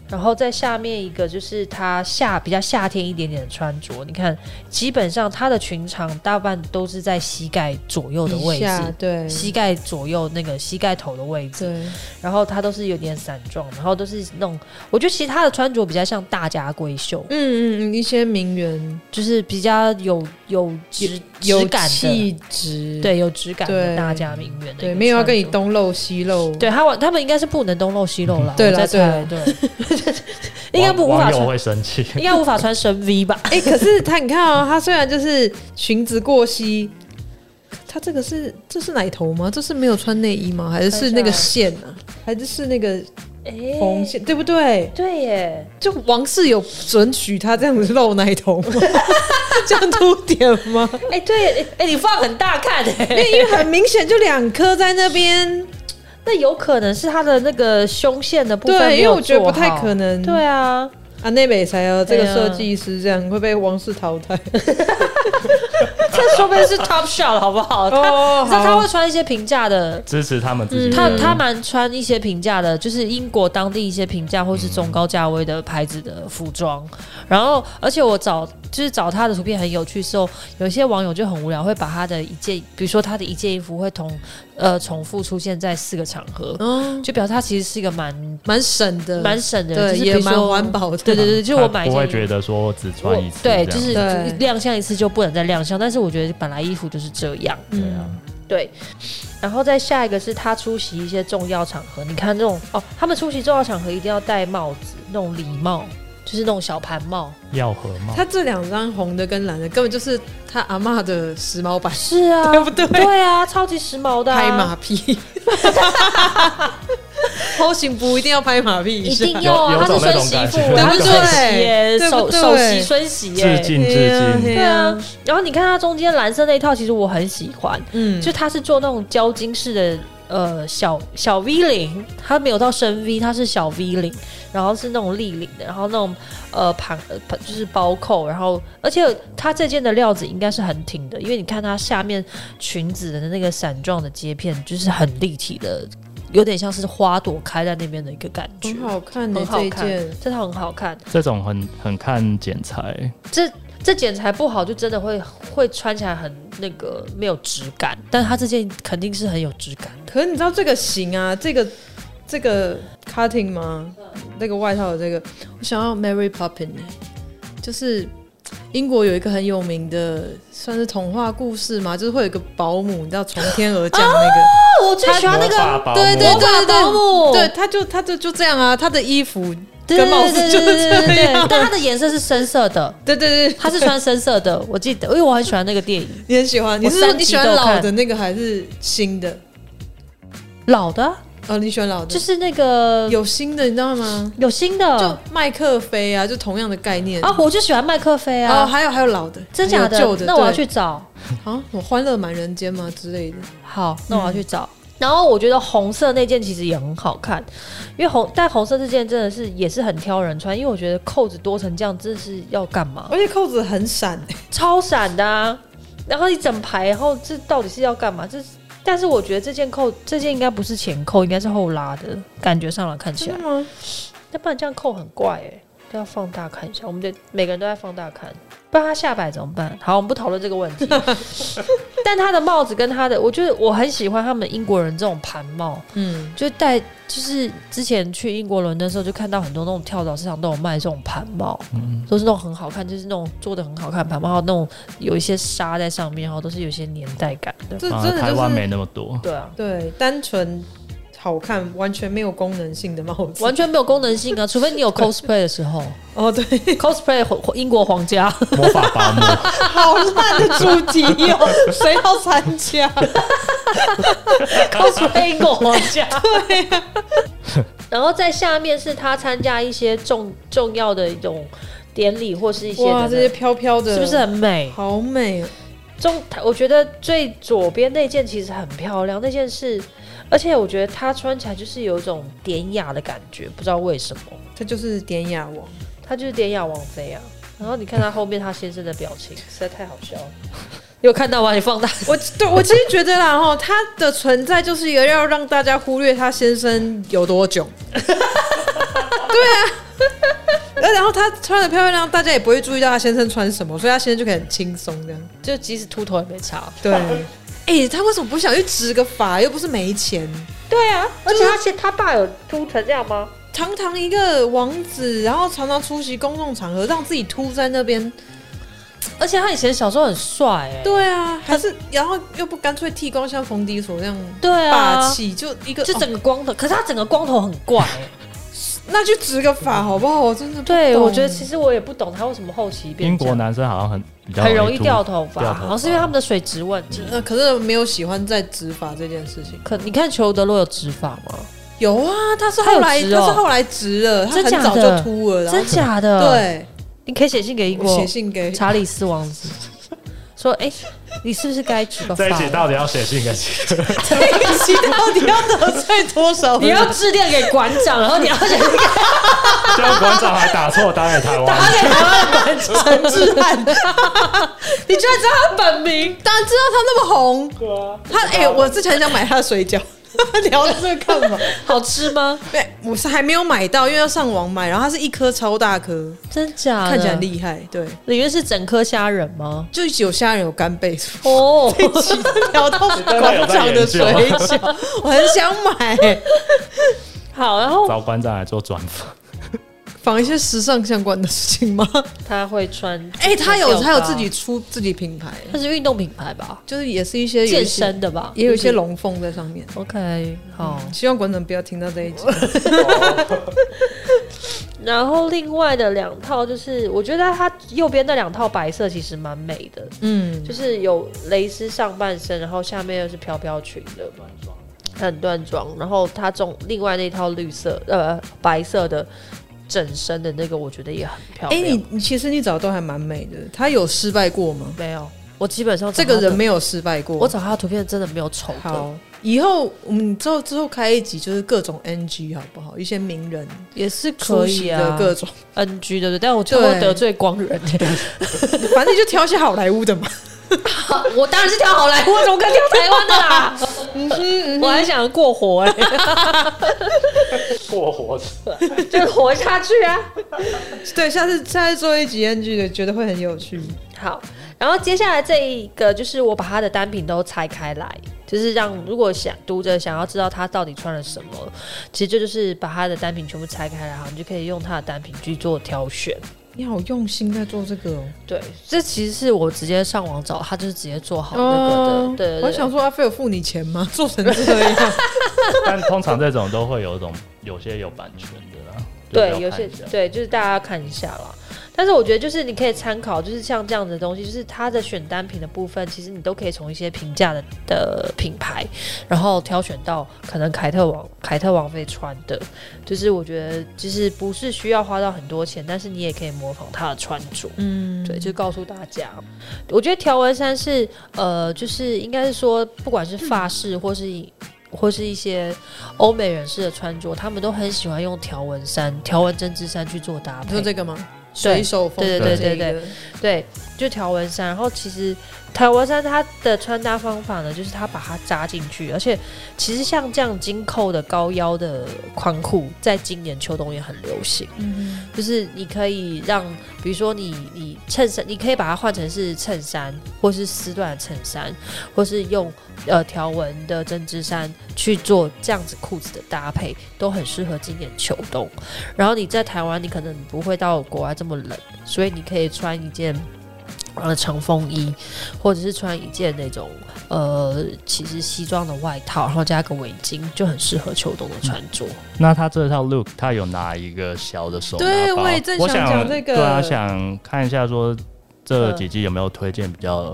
[SPEAKER 1] 然后在下面一个就是它夏比较夏天一点点的穿着，你看，基本上它的裙长大半都是在膝盖左右的位
[SPEAKER 3] 一下
[SPEAKER 1] 置，
[SPEAKER 3] 对
[SPEAKER 1] 膝盖左右那个膝盖头的位置，
[SPEAKER 3] 对，
[SPEAKER 1] 然后它都是有点散状，然后都是那种，我觉得其实它的穿着比较像大家闺秀，
[SPEAKER 3] 嗯嗯嗯，一些名媛
[SPEAKER 1] 就是比较有有质
[SPEAKER 3] 有
[SPEAKER 1] 质感的，
[SPEAKER 3] 气质，
[SPEAKER 1] 对，有质感的
[SPEAKER 3] 对
[SPEAKER 1] 大家名媛的一个穿着，
[SPEAKER 3] 对，没有要跟你东漏西漏，
[SPEAKER 1] 对他往他们应该是不能东漏西漏啦，
[SPEAKER 3] 对
[SPEAKER 1] 了
[SPEAKER 3] 啦
[SPEAKER 1] 对对， 应该不无
[SPEAKER 2] 网
[SPEAKER 1] 法
[SPEAKER 2] 网友
[SPEAKER 1] 穿，
[SPEAKER 2] 会生气。
[SPEAKER 1] 应该无法穿深 V 吧？
[SPEAKER 3] 哎、可是他，你看啊、他虽然就是裙子过膝，他这个是这是奶头吗？这是没有穿内衣吗？还是是那个线啊？还是是那个
[SPEAKER 1] 哎、
[SPEAKER 3] 缝线？对不对？
[SPEAKER 1] 对耶，
[SPEAKER 3] 就王室有准许他这样子露奶头 吗？这样凸点吗？
[SPEAKER 1] 哎、对耶，哎、哎你放很大看、
[SPEAKER 3] 因
[SPEAKER 1] 哎，
[SPEAKER 3] 为因为很明显就两颗在那边，
[SPEAKER 1] 那有可能是他的那个胸线的部分
[SPEAKER 3] 对，
[SPEAKER 1] 没
[SPEAKER 3] 因为
[SPEAKER 1] 有
[SPEAKER 3] 我觉得
[SPEAKER 1] 做
[SPEAKER 3] 不太
[SPEAKER 1] 好
[SPEAKER 3] 可。能。
[SPEAKER 1] 对啊，
[SPEAKER 3] 啊，内北才哦，这个
[SPEAKER 1] 对啊
[SPEAKER 3] 设计师这样会被王室淘汰。
[SPEAKER 1] 这说不定是 Top Shot 好不好？他
[SPEAKER 3] 哦
[SPEAKER 1] 你知道他
[SPEAKER 3] 好
[SPEAKER 1] 会穿一些平价的，
[SPEAKER 2] 支持他们自己的。
[SPEAKER 1] 嗯他他蛮穿一些平价的，就是英国当地一些平价或是中高价位的牌子的服装。然后，而且我找就是找他的图片很有趣，时候有一些网友就很无聊，会把他的一件，比如说他的一件衣服会同呃重复出现在四个场合，
[SPEAKER 3] 嗯，
[SPEAKER 1] 就表示他其实是一个蛮呃
[SPEAKER 3] 蛮省的，
[SPEAKER 1] 蛮省的
[SPEAKER 3] 对，
[SPEAKER 1] 人，就是
[SPEAKER 3] 也
[SPEAKER 1] 比如
[SPEAKER 3] 蛮
[SPEAKER 1] 说
[SPEAKER 3] 环。保的。
[SPEAKER 1] 对对对，就是我
[SPEAKER 2] 他
[SPEAKER 1] 买一
[SPEAKER 2] 不
[SPEAKER 1] 件
[SPEAKER 2] 会
[SPEAKER 1] 衣服
[SPEAKER 2] 觉得说只穿一次这
[SPEAKER 1] 对，
[SPEAKER 2] 样，
[SPEAKER 1] 就是
[SPEAKER 3] 对
[SPEAKER 1] 亮相一次就不能再亮相。但是我觉得本来衣服就是这样，
[SPEAKER 2] 对啊，
[SPEAKER 1] 嗯对。然后再下一个是他出席一些重要场合，你看这种哦，他们出席重要场合一定要戴帽子，那种礼帽，就是那种小盘帽。
[SPEAKER 2] 要和帽。
[SPEAKER 3] 他这两张红的跟蓝的，根本就是他阿嬷的时髦版，
[SPEAKER 1] 是 啊，
[SPEAKER 3] 对不对？
[SPEAKER 1] 对啊，超级时髦的、啊，
[SPEAKER 3] 拍马 屁，偷行不一定要拍马屁
[SPEAKER 1] 一
[SPEAKER 3] 下
[SPEAKER 1] 定要啊，
[SPEAKER 2] 有
[SPEAKER 1] 他
[SPEAKER 2] 有种那
[SPEAKER 1] 是孙
[SPEAKER 2] 种
[SPEAKER 1] 媳
[SPEAKER 2] 感
[SPEAKER 1] 妇
[SPEAKER 2] 觉，
[SPEAKER 1] 他
[SPEAKER 3] 对
[SPEAKER 1] 是
[SPEAKER 3] 不
[SPEAKER 1] 孙媳
[SPEAKER 3] 对
[SPEAKER 1] 耶，
[SPEAKER 3] 对不
[SPEAKER 1] 首
[SPEAKER 3] 对
[SPEAKER 1] 首席孙媳
[SPEAKER 2] 致
[SPEAKER 1] 耶，
[SPEAKER 2] 敬致
[SPEAKER 3] 对啊
[SPEAKER 2] 敬，
[SPEAKER 1] 对啊。然后你看他中间蓝色那一套，其实我很喜欢，
[SPEAKER 3] 嗯，
[SPEAKER 1] 就它是做那种胶巾式的呃小小 V 领，它没有到深 V，它是小 V 领，然后是那种立领的，然后那种呃盘呃盘就是包扣，然后而且它这件的料子应该是很挺的，因为你看它下面裙子的那个伞状的接片，就是很立体的，有点像是花朵开在那边的一个感觉
[SPEAKER 3] 嗯很。好看的、
[SPEAKER 1] 很
[SPEAKER 3] 这
[SPEAKER 1] 好
[SPEAKER 3] 一
[SPEAKER 1] 看
[SPEAKER 3] 件，，
[SPEAKER 1] 这套很好看。
[SPEAKER 2] 这种很很看剪裁，
[SPEAKER 1] 这剪裁不好，就真的会会穿起来很那个没有质感，但它这件肯定是很有质感的。
[SPEAKER 3] 可是你知道这个型啊，这个这个 cutting 吗？那个外套的这个，我想要 Mary Poppins，欸就是英国有一个很有名的，算是童话故事嘛，就是会有一个保姆，你知道从天而降
[SPEAKER 1] 哦
[SPEAKER 3] 那个，
[SPEAKER 1] 我最喜欢那
[SPEAKER 2] 魔法
[SPEAKER 1] 个
[SPEAKER 2] 保姆
[SPEAKER 3] 对对
[SPEAKER 1] 魔法保姆，
[SPEAKER 3] 对，他就他就就这样啊，他的衣服，
[SPEAKER 1] 对
[SPEAKER 3] 跟帽子
[SPEAKER 1] 对对
[SPEAKER 3] 就是这样
[SPEAKER 1] 对对对但它的颜色是深色的，
[SPEAKER 3] 对对对，
[SPEAKER 1] 它是穿深色的，我记得，因为我很喜欢那个电影，
[SPEAKER 3] 你很喜欢，
[SPEAKER 1] 我
[SPEAKER 3] 你是说
[SPEAKER 1] 三
[SPEAKER 3] 你
[SPEAKER 1] 集
[SPEAKER 3] 喜欢
[SPEAKER 1] 都有
[SPEAKER 3] 老
[SPEAKER 1] 看
[SPEAKER 3] 的那个还是新的？
[SPEAKER 1] 老的啊
[SPEAKER 3] 哦，你喜欢老的，
[SPEAKER 1] 就是哦那个有
[SPEAKER 3] 有新的，你知道吗？
[SPEAKER 1] 有新的
[SPEAKER 3] 就麦克菲啊，就同样的概念。
[SPEAKER 1] 啊，我就喜欢麦克菲
[SPEAKER 3] 哦，
[SPEAKER 1] 啊，
[SPEAKER 3] 还有还有老的，
[SPEAKER 1] 真假
[SPEAKER 3] 还有旧的，，
[SPEAKER 1] 的那我要
[SPEAKER 3] 对
[SPEAKER 1] 去找，
[SPEAKER 3] 啊，我欢乐满人间嘛之类的。
[SPEAKER 1] 好，那我要去找。然后我觉得红色那件其实也很好看，因为红但红色这件真的是也是很挑人穿，因为我觉得扣子多成这样，这是要干嘛？
[SPEAKER 3] 而且扣子很 闪、
[SPEAKER 1] 超闪的、啊，然后一整排，然后这到底是要干嘛？这是但是我觉得这件扣，这件应该不是前扣，应该是后拉的，感觉上来看起来，
[SPEAKER 3] 吗？
[SPEAKER 1] 要不然这样扣很怪哎、都要放大看一下，我们得每个人都在放大看，不然他下摆怎么办？好，我们不讨论这个问 题。但他的帽子跟他的，我觉得我很喜欢他们英国人这种盘帽，
[SPEAKER 3] 嗯，
[SPEAKER 1] 就戴就是之前去英国伦敦的时候，就看到很多那种跳蚤市场都有卖这种盘帽，都是那种很好看，就是那种做的很好看的盘帽，还有那种有一些纱在上面，然后都是有一些年代感的。
[SPEAKER 3] 这
[SPEAKER 2] 啊
[SPEAKER 3] 真
[SPEAKER 2] 台
[SPEAKER 3] 的就
[SPEAKER 2] 湾
[SPEAKER 3] 是
[SPEAKER 2] 没那么多。
[SPEAKER 1] 对啊，
[SPEAKER 3] 对单纯好看，完全没有功能性的帽子。
[SPEAKER 1] 完全没有功能性啊，除非你有 cosplay 的时 候
[SPEAKER 3] 哦，对，
[SPEAKER 1] ，cosplay 皇英国皇 家，
[SPEAKER 2] 魔法保姆，
[SPEAKER 3] 好烂的主 题哦，谁要参加？
[SPEAKER 1] cosplay 英国皇家。啊然后在下面是他参加一些重重要的一种典礼或是一些
[SPEAKER 3] 哇，
[SPEAKER 1] 的
[SPEAKER 3] 这些飘飘的，
[SPEAKER 1] 是不是很美？
[SPEAKER 3] 好美哦？
[SPEAKER 1] 中，我觉得最左边那件其实很漂亮，那件是，而且我觉得它穿起来就是有一种典雅的感觉，不知道为什么，
[SPEAKER 3] 它就是典雅王，
[SPEAKER 1] 她就是典雅王妃啊。然后你看她后面她先生的表情，实在太好笑了。你有看到吗？你放大，
[SPEAKER 3] 我对我其实觉得啦，哈，他的存在就是一个要让大家忽略他先生有多囧。 对啊，呃然后他穿的漂漂亮亮，大家也不会注意到他先生穿什么，所以他先生就可以很轻松这样。
[SPEAKER 1] 就即使秃头也没差。
[SPEAKER 3] 对，哎、他为什么不想去植个发？又不是没钱，
[SPEAKER 1] 对啊，而
[SPEAKER 3] 就是
[SPEAKER 1] 且他现他爸有秃成这样吗？
[SPEAKER 3] 堂堂一个王子，然后常常出席公众场合，让自己秃在那边。
[SPEAKER 1] 而且他以前小时候很帅哎、
[SPEAKER 3] 对啊，还是然后又不干脆剃光像冯迪所那样
[SPEAKER 1] 对啊
[SPEAKER 3] 霸，气，就一个
[SPEAKER 1] 就整个光头，可是他整个光头很怪、欸。
[SPEAKER 3] 哦那去植个发好不好？我真的不
[SPEAKER 1] 对，
[SPEAKER 3] 懂
[SPEAKER 1] 我觉得其实我也不懂他为什么后期变
[SPEAKER 2] 英国
[SPEAKER 1] 这样
[SPEAKER 2] 男生好像很比较
[SPEAKER 1] 很容易
[SPEAKER 2] 易秃
[SPEAKER 1] 掉头发，
[SPEAKER 2] 掉头
[SPEAKER 1] 好像是因为
[SPEAKER 2] 发
[SPEAKER 1] 他们的水质问题。
[SPEAKER 3] 呃，可是没有喜欢在执法这件事情。
[SPEAKER 1] 可你看裘德洛有植发吗？
[SPEAKER 3] 有啊，他是
[SPEAKER 1] 他有
[SPEAKER 3] 后来，
[SPEAKER 1] 植
[SPEAKER 3] 他
[SPEAKER 1] 哦
[SPEAKER 3] 是后来植了，他
[SPEAKER 1] 真
[SPEAKER 3] 很
[SPEAKER 1] 假的
[SPEAKER 3] 早就秃了，然后
[SPEAKER 1] 真假的？，
[SPEAKER 3] 对，
[SPEAKER 1] 啊你可以写信给英
[SPEAKER 3] 我
[SPEAKER 1] 国
[SPEAKER 3] 写信给
[SPEAKER 1] 查理斯王子，说：“哎、你是不是该举个
[SPEAKER 2] 这一集
[SPEAKER 1] 发
[SPEAKER 2] 到底要写信给谁？
[SPEAKER 3] 这 一期到底要得罪多少？
[SPEAKER 1] 你要致电给馆 长，然后你要 想
[SPEAKER 2] 就馆长还打错，打给台湾。
[SPEAKER 1] 打给台湾的馆长，
[SPEAKER 3] 陈志汉，大家
[SPEAKER 1] 你居然知道他本名？
[SPEAKER 3] 知道他那么红，他哎、我之前很想买他的水饺， 聊这个 干嘛？
[SPEAKER 1] 好吃吗？
[SPEAKER 3] 对，我是还没有买到，因为要上网买，然后它是一颗超大颗，
[SPEAKER 1] 真假的？
[SPEAKER 3] 看起来很厉害， 对，
[SPEAKER 1] 里面是整颗虾仁吗？
[SPEAKER 3] 就有虾仁有干贝，
[SPEAKER 1] 哦，
[SPEAKER 3] 聊到广场的水饺，我很想 买，
[SPEAKER 1] 好，然后
[SPEAKER 2] 找馆长来做专访，
[SPEAKER 3] 仿一些时尚相关的事情吗？
[SPEAKER 1] 他会穿，
[SPEAKER 3] 哎、他有他有自己，出自己品牌，
[SPEAKER 1] 他是运动品牌吧，
[SPEAKER 3] 就是也是一些有一
[SPEAKER 1] 健
[SPEAKER 3] 些
[SPEAKER 1] 身的嗯吧，
[SPEAKER 3] 也有一些龙凤在上面。
[SPEAKER 1] OK，好。
[SPEAKER 3] 希望馆长不要听到这一 集。
[SPEAKER 1] 然后另外的两套就是，我觉得它右边那两套白色其实蛮美的，
[SPEAKER 3] 嗯，
[SPEAKER 1] 就是有蕾丝上半身，然后下面又是飘飘裙的嘛，很段装。然后它中另外那套绿色呃白色的整身的那个，我觉得也很漂
[SPEAKER 3] 哎、
[SPEAKER 1] 亮。
[SPEAKER 3] 你你其实你找的都还蛮美的，他有失败过吗？
[SPEAKER 1] 没有？我基本上找
[SPEAKER 3] 这个
[SPEAKER 1] 他的
[SPEAKER 3] 人，没有失败过。
[SPEAKER 1] 我找他的图片真的没有丑的，
[SPEAKER 3] 好，以后我们之后之后开一集就是各种 NG 好不好？一些名人
[SPEAKER 1] 也是可
[SPEAKER 3] 出
[SPEAKER 1] 以
[SPEAKER 3] 席
[SPEAKER 1] 啊
[SPEAKER 3] 的。各 种，
[SPEAKER 1] NG 对不对？但我最后
[SPEAKER 3] 对
[SPEAKER 1] 得罪光人，
[SPEAKER 3] 反正你就挑一些好莱坞的嘛。
[SPEAKER 1] 我当然是挑好莱坞，我怎么可能挑台湾的 啦？我还想过活哎、
[SPEAKER 2] 过活
[SPEAKER 1] 就活下去啊。
[SPEAKER 3] 对，下次下次做一集 NG 的，觉得会很有趣。
[SPEAKER 1] 好，然后接下来这一个就是我把它的单品都拆开来，就是让如果想读者想要知道他到底穿了什么，其实这就是把他的单品全部拆开来，然后你就可以用他的单品去做挑选。
[SPEAKER 3] 你好用心在做这个哦。
[SPEAKER 1] 对，这其实是我直接上网找，他就是直接做好那个的。对对
[SPEAKER 3] 哦我
[SPEAKER 1] 对，
[SPEAKER 3] 想说阿飞有付你钱吗？做成这样，
[SPEAKER 2] 但通常这种都会有一种有些有版权的啦，
[SPEAKER 1] 对，
[SPEAKER 2] 就
[SPEAKER 1] 有
[SPEAKER 2] 要看
[SPEAKER 1] 些
[SPEAKER 2] 一下
[SPEAKER 1] 对，就是大家看一下啦。但是我觉得，就是你可以参考，就是像这样子的东西，就是它的选单品的部分，其实你都可以从一些平价的的品牌，然后挑选到可能凯特王凯特王妃穿的，就是我觉得就是不是需要花到很多钱，但是你也可以模仿她的穿着。
[SPEAKER 3] 嗯，
[SPEAKER 1] 对，就告诉大家，我觉得条纹衫是呃，就是应该是说，不管是发饰或是以或是一些欧美人士的穿着，他们都很喜欢用条纹衫、条纹针织衫去做搭
[SPEAKER 3] 你说
[SPEAKER 1] 配。
[SPEAKER 3] 这个吗？
[SPEAKER 1] 对
[SPEAKER 3] 水手风
[SPEAKER 1] 对
[SPEAKER 3] 格
[SPEAKER 2] 对
[SPEAKER 1] 对对
[SPEAKER 3] 这一个，
[SPEAKER 1] 对，就条纹衫。然后其实条纹衫它的穿搭方法呢，就是它把它扎进去，而且其实像这样金扣的高腰的宽裤，在今年秋冬也很流行。
[SPEAKER 3] 嗯
[SPEAKER 1] 就是你可以让，比如说你你衬衫，你可以把它换成是衬衫，或是丝缎的衬衫，或是用呃条纹的针织衫去做这样子裤子的搭配，都很适合今年秋冬。然后你在台湾，你可能不会到国外这么冷，所以你可以穿一件。呃，长风衣，或者是穿一件那种呃，其实西装的外套，然后加个围巾，就很适合秋冬的穿着。
[SPEAKER 2] 那他这套 look，他有拿一个小的手拿包，
[SPEAKER 3] 对我也正
[SPEAKER 2] 我
[SPEAKER 3] 想讲这个
[SPEAKER 2] 对啊，想看一下说这几季有没有推荐比较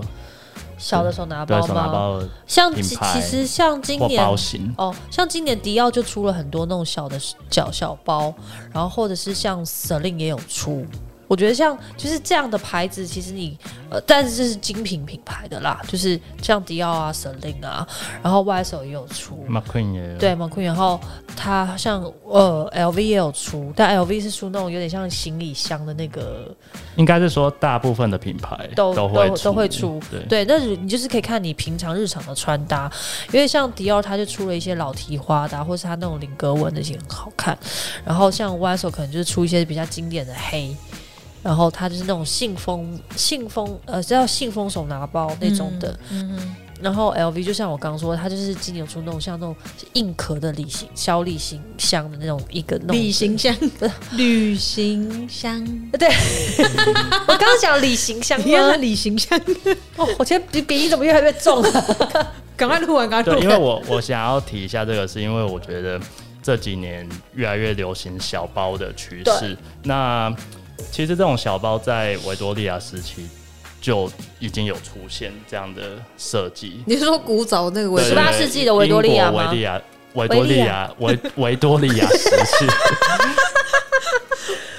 [SPEAKER 1] 小的手拿
[SPEAKER 2] 对
[SPEAKER 1] 包
[SPEAKER 2] 手
[SPEAKER 1] 吗？
[SPEAKER 2] 拿包
[SPEAKER 1] 像其
[SPEAKER 2] 品牌
[SPEAKER 1] 其实像今
[SPEAKER 2] 或
[SPEAKER 1] 年
[SPEAKER 2] 包型，
[SPEAKER 1] 哦，像今年迪奥就出了很多那种小的小小包，然后或者是像 Celine 也有出。我觉得像就是这样的牌子，其实你呃，但是这是精品品牌的啦，就是像迪奥啊、Celine 啊，然后 YSL 也有出，
[SPEAKER 2] ，McQueen 也有
[SPEAKER 1] 对 m a c 然后它像呃 LV 也有出，但 LV 是出那种有点像行李箱的那个
[SPEAKER 2] 应该是说大部分的品牌
[SPEAKER 1] 都
[SPEAKER 2] 会
[SPEAKER 1] 都都会出
[SPEAKER 2] 对。
[SPEAKER 1] 对，那你就是可以看你平常日常的穿搭，因为像迪奥它就出了一些老提花的、啊，或是它那种菱格纹的也很好看。然后像 YSL 可能就是出一些比较经典的黑，然后它就是那种信封信封呃叫信封手拿包那种的。
[SPEAKER 3] 嗯，
[SPEAKER 1] 然后 LV 就像我刚说，它就是今年有出那种像那种硬壳的旅行小旅行箱的那种一个那种
[SPEAKER 3] 旅行箱， 旅行箱，
[SPEAKER 1] 我刚刚讲旅行 箱
[SPEAKER 3] 一样的
[SPEAKER 1] 吗？
[SPEAKER 3] 旅行箱，
[SPEAKER 1] 哦，我今天鼻鼻音怎么越来越重啊了？
[SPEAKER 3] 赶快录完，赶快
[SPEAKER 2] 对，
[SPEAKER 3] 录
[SPEAKER 2] 因为
[SPEAKER 3] 完。
[SPEAKER 2] 我我想要提一下这个，是因为我觉得这几年越来越流行小包的趋势。那其实这种小包在维多利亚时期就已经有出现这样的设计。
[SPEAKER 3] 你是说古早那个味
[SPEAKER 2] 对
[SPEAKER 3] 道
[SPEAKER 2] 对对
[SPEAKER 1] 18世纪的维多利亚
[SPEAKER 2] 英国
[SPEAKER 1] 吗
[SPEAKER 2] 维利 亚维多利亚维维多利亚时期，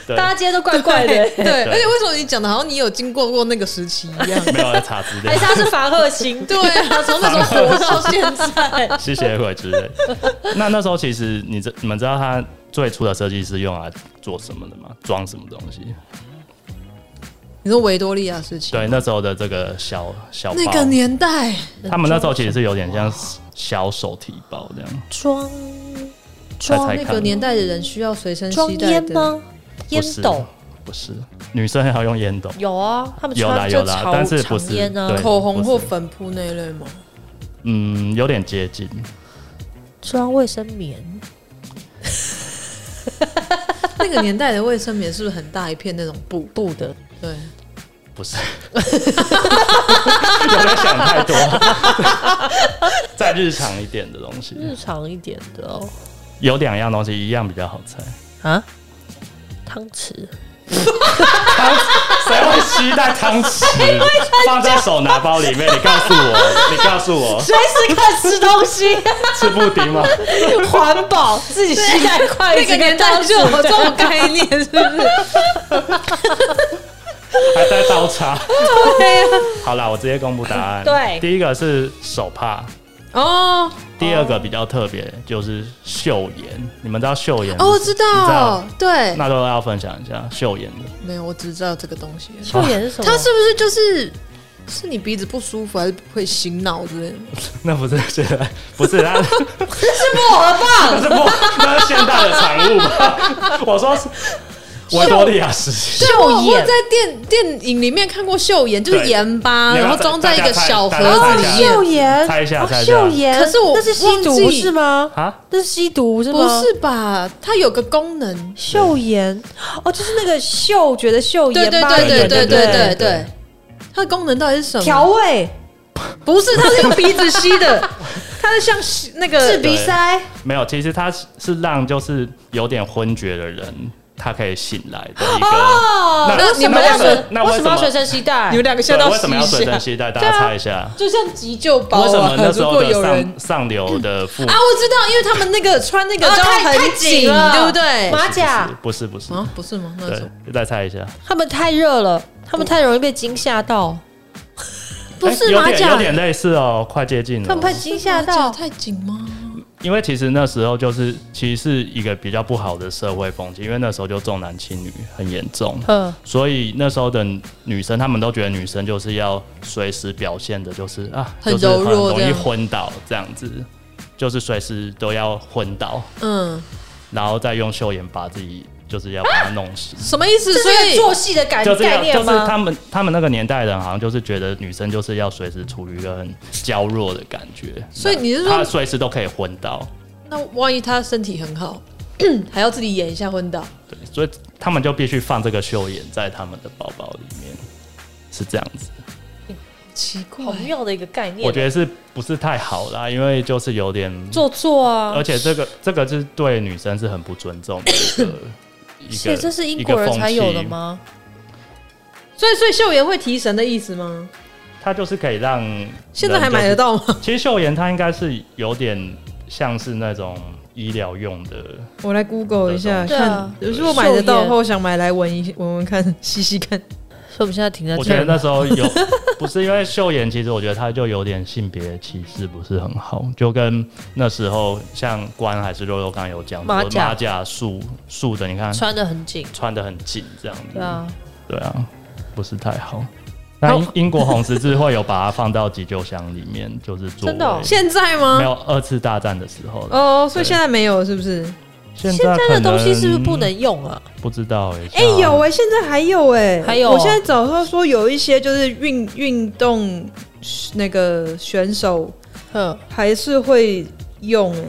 [SPEAKER 2] 对
[SPEAKER 1] 大家今天都怪怪的、
[SPEAKER 3] 对，而且为什么你讲的好像你有经过过那个时期 一样？
[SPEAKER 2] 没有来查资料
[SPEAKER 1] 而且，他是凡鹤行，
[SPEAKER 3] 对啊，从那时候活到 现在，
[SPEAKER 2] 吸血鬼之类。那那时候其实你知你们知道他最初的设计是用来做什么的吗？装什么东西？
[SPEAKER 3] 你说维多利亚时期，
[SPEAKER 2] 对，那时候的这个小小包，
[SPEAKER 3] 那个年代，
[SPEAKER 2] 他们那时候其实是有点像小手提包这样，
[SPEAKER 1] 装
[SPEAKER 2] 装才
[SPEAKER 3] 哦那个年代的人需要随身
[SPEAKER 1] 装
[SPEAKER 3] 携带
[SPEAKER 1] 烟
[SPEAKER 3] 的。
[SPEAKER 1] 吗？烟
[SPEAKER 2] 不是
[SPEAKER 1] 斗
[SPEAKER 2] 不是女生要用烟斗，
[SPEAKER 1] 有啊，他们
[SPEAKER 2] 有啦
[SPEAKER 1] 穿就
[SPEAKER 2] 有啦
[SPEAKER 1] 潮
[SPEAKER 2] 但是不
[SPEAKER 1] 长
[SPEAKER 2] 是
[SPEAKER 1] 烟啊，
[SPEAKER 2] 对
[SPEAKER 3] 口红或
[SPEAKER 2] 不是
[SPEAKER 3] 粉扑那一类吗？
[SPEAKER 2] 嗯，有点接近，
[SPEAKER 1] 装卫生棉，
[SPEAKER 3] 那个年代的卫生棉是不是很大一片那种布？
[SPEAKER 1] 布的，
[SPEAKER 3] 对，
[SPEAKER 2] 不是， 有点想太多，再日常一点的东西，
[SPEAKER 1] 日常一点的哦。
[SPEAKER 2] 有两样东西一样比较好猜，
[SPEAKER 1] 啊，汤匙，
[SPEAKER 2] 汤谁会期待汤匙放在手拿包里面？你告诉我，你告诉我，
[SPEAKER 1] 随时看吃东西，
[SPEAKER 2] 吃布丁吗？
[SPEAKER 1] 环保，自己携带筷
[SPEAKER 3] 那个
[SPEAKER 1] 子
[SPEAKER 3] 年
[SPEAKER 1] 跟
[SPEAKER 3] 代
[SPEAKER 1] 汤
[SPEAKER 3] 就有这
[SPEAKER 1] 匙。
[SPEAKER 3] 种概念，是不是？
[SPEAKER 2] 还在刀 叉？
[SPEAKER 3] 啊
[SPEAKER 2] 好啦，我直接公布答案。
[SPEAKER 1] 对
[SPEAKER 2] 第一个是手帕，
[SPEAKER 3] 哦
[SPEAKER 2] 第二个比较特别就是袖盐。你们知道袖盐？
[SPEAKER 3] 哦，我知
[SPEAKER 2] 你
[SPEAKER 3] 道，对，
[SPEAKER 2] 那都要分享一下袖盐的。
[SPEAKER 3] 没有，我只知道这个东西。
[SPEAKER 1] 秀眼是什 么？
[SPEAKER 3] 它是不是就是是你鼻子不舒服，还是会醒脑之类的？
[SPEAKER 2] 那不是现在，不是它，
[SPEAKER 1] 薄荷棒，
[SPEAKER 2] 那是不，那是现代的产 物吧？我说是维多利亚时期。
[SPEAKER 3] 对，我
[SPEAKER 1] 秀
[SPEAKER 3] 我
[SPEAKER 1] 眼
[SPEAKER 3] 在电电影里面看过秀眼，就是
[SPEAKER 2] 对
[SPEAKER 3] 盐巴，
[SPEAKER 2] 你要
[SPEAKER 3] 然后
[SPEAKER 2] 再
[SPEAKER 3] 装在一
[SPEAKER 2] 大家
[SPEAKER 3] 个
[SPEAKER 2] 猜
[SPEAKER 3] 小
[SPEAKER 2] 大
[SPEAKER 3] 盒
[SPEAKER 2] 家猜
[SPEAKER 3] 子
[SPEAKER 2] 一下
[SPEAKER 3] 里面。
[SPEAKER 1] 哦秀妍，
[SPEAKER 2] 猜一下
[SPEAKER 1] 哦
[SPEAKER 2] 猜一下
[SPEAKER 1] 秀妍。
[SPEAKER 3] 可是我
[SPEAKER 1] 那是吸
[SPEAKER 3] 忘
[SPEAKER 1] 毒
[SPEAKER 3] 记
[SPEAKER 1] 是吗？
[SPEAKER 2] 啊，
[SPEAKER 1] 那是吸毒是吗？
[SPEAKER 3] 不是吧？它有个功能，
[SPEAKER 1] 秀妍，哦，就是那个嗅觉的嗅
[SPEAKER 3] 对
[SPEAKER 1] 盐
[SPEAKER 3] 对
[SPEAKER 1] 巴
[SPEAKER 3] 对
[SPEAKER 1] 盐
[SPEAKER 3] 对
[SPEAKER 1] 的
[SPEAKER 3] 对对
[SPEAKER 1] 对不
[SPEAKER 3] 对
[SPEAKER 2] 对
[SPEAKER 3] 对
[SPEAKER 2] 对，
[SPEAKER 3] 它的功能到底是什么？
[SPEAKER 1] 调味
[SPEAKER 3] 不是，它是用鼻子吸的，它是像吸那个
[SPEAKER 1] 治鼻塞，
[SPEAKER 2] 没有，其实它是是让就是有点昏厥的人，他可以醒来的一个。
[SPEAKER 3] 哦
[SPEAKER 2] 那
[SPEAKER 1] 为什么
[SPEAKER 2] 那
[SPEAKER 1] 要
[SPEAKER 2] 为什
[SPEAKER 1] 随
[SPEAKER 2] 么那为
[SPEAKER 1] 为
[SPEAKER 2] 什
[SPEAKER 1] 什么要
[SPEAKER 2] 么
[SPEAKER 1] 随身携带
[SPEAKER 3] 你？们两个
[SPEAKER 2] 对
[SPEAKER 3] 笑到
[SPEAKER 2] 为
[SPEAKER 3] 吸
[SPEAKER 2] 什么
[SPEAKER 3] 一
[SPEAKER 2] 要随身
[SPEAKER 3] 下，
[SPEAKER 2] 携带？大
[SPEAKER 3] 对
[SPEAKER 2] 家
[SPEAKER 3] 啊
[SPEAKER 2] 猜一下，
[SPEAKER 3] 就像急救包
[SPEAKER 2] 为什么
[SPEAKER 3] 啊。
[SPEAKER 2] 那时
[SPEAKER 3] 如
[SPEAKER 2] 候
[SPEAKER 3] 果有
[SPEAKER 2] 的
[SPEAKER 3] 人
[SPEAKER 2] 上上流的父
[SPEAKER 3] 啊，我知道，因为他们那个穿那个
[SPEAKER 1] 啊
[SPEAKER 3] 都
[SPEAKER 1] 太太
[SPEAKER 3] 很
[SPEAKER 1] 紧了
[SPEAKER 3] 对不对？
[SPEAKER 1] 马甲，
[SPEAKER 2] 不是不是，
[SPEAKER 3] 啊，不是吗？那种
[SPEAKER 2] 对，再猜一下，
[SPEAKER 1] 他们太热了，他们太容易被惊吓到，不
[SPEAKER 2] 哎
[SPEAKER 1] 是
[SPEAKER 2] 有
[SPEAKER 1] 马
[SPEAKER 2] 点
[SPEAKER 1] 甲
[SPEAKER 2] 有，点类似哦，快接近
[SPEAKER 1] 他
[SPEAKER 2] 了
[SPEAKER 1] 们。被惊吓
[SPEAKER 3] 马甲
[SPEAKER 1] 到。
[SPEAKER 3] 太紧吗？
[SPEAKER 2] 因为其实那时候就是其实是一个比较不好的社会风气，因为那时候就重男轻女很严重，
[SPEAKER 1] 嗯，
[SPEAKER 2] 所以那时候的女生她们都觉得女生就是要随时表现的，就是啊，
[SPEAKER 3] 很
[SPEAKER 2] 就是
[SPEAKER 3] 柔弱
[SPEAKER 2] 很
[SPEAKER 3] 这
[SPEAKER 2] 容易
[SPEAKER 3] 样
[SPEAKER 2] 昏倒这样子，就是随时都要昏倒，
[SPEAKER 3] 嗯，
[SPEAKER 2] 然后再用袖眼把自己就是要把它弄 醒。
[SPEAKER 3] 什么意思？
[SPEAKER 1] 这
[SPEAKER 3] 所
[SPEAKER 1] 是一个
[SPEAKER 3] 以
[SPEAKER 1] 做戏的概
[SPEAKER 2] 就是
[SPEAKER 1] 啊概
[SPEAKER 2] 要，就
[SPEAKER 1] 念
[SPEAKER 2] 是
[SPEAKER 1] 吗？
[SPEAKER 2] 他们他们那个年代的人，好像就是觉得女生就是要随时处于一个很娇弱的感觉，
[SPEAKER 3] 所以你是
[SPEAKER 2] 她
[SPEAKER 3] 说，
[SPEAKER 2] 随时都可以昏倒，
[SPEAKER 3] 那万一他身体很 好，还要自己演一下昏倒？
[SPEAKER 2] 对，所以他们就必须放这个秀眼在他们的包包里面，是这样子。
[SPEAKER 3] 奇怪
[SPEAKER 1] 好，妙的一个概念，
[SPEAKER 2] 我觉得是不是太好啦？因为就是有点，
[SPEAKER 1] 做作啊
[SPEAKER 2] 而。且这个这个是对女生是很不尊重的一个一
[SPEAKER 1] 所以
[SPEAKER 2] 个，
[SPEAKER 1] 这是英国人才有的
[SPEAKER 2] 一个风气？
[SPEAKER 1] 吗？
[SPEAKER 3] 所以所以秀妍会提神的意思吗？
[SPEAKER 2] 它就是可以让
[SPEAKER 3] 现在还
[SPEAKER 2] 人就是
[SPEAKER 3] 买得到吗？
[SPEAKER 2] 其实秀妍它应该是有点像是那种医疗用的，
[SPEAKER 3] 我来 Google 一下
[SPEAKER 1] 对
[SPEAKER 3] 看
[SPEAKER 1] 啊，
[SPEAKER 3] 如果买得到的话，
[SPEAKER 1] 秀妍
[SPEAKER 3] 我想买来闻一闻闻看， 吸吸看。
[SPEAKER 1] 所以我们现在停在
[SPEAKER 2] 我
[SPEAKER 1] 这
[SPEAKER 2] 觉得
[SPEAKER 1] 儿。
[SPEAKER 2] 那时候有 不是因为秀妍，其实我觉得她就有点性别歧视，不是很好，就跟那时候像关还是肉肉刚刚有讲说
[SPEAKER 1] 马甲
[SPEAKER 2] 马甲束束的，你看
[SPEAKER 1] 穿的很紧，
[SPEAKER 2] 穿的很紧这样子，
[SPEAKER 1] 对啊，
[SPEAKER 2] 对啊，不是太好。那英英国红十字会有把它放到急救箱里面，就是做
[SPEAKER 1] 真的哦
[SPEAKER 3] 现在
[SPEAKER 2] 没
[SPEAKER 3] 吗？
[SPEAKER 2] 有二次大战的时候了。
[SPEAKER 3] 哦，所以
[SPEAKER 2] 对
[SPEAKER 3] 现在没有，是不是？
[SPEAKER 2] 现
[SPEAKER 1] 现在
[SPEAKER 2] 可
[SPEAKER 1] 的东西
[SPEAKER 2] 能
[SPEAKER 1] 是不是不能用啊？
[SPEAKER 2] 不知道哎、
[SPEAKER 3] 哎、有哎、现在还有哎、
[SPEAKER 1] 还有
[SPEAKER 3] 我现在找到说有一些就是运运动那个选手
[SPEAKER 1] 哼，
[SPEAKER 3] 还是会用欸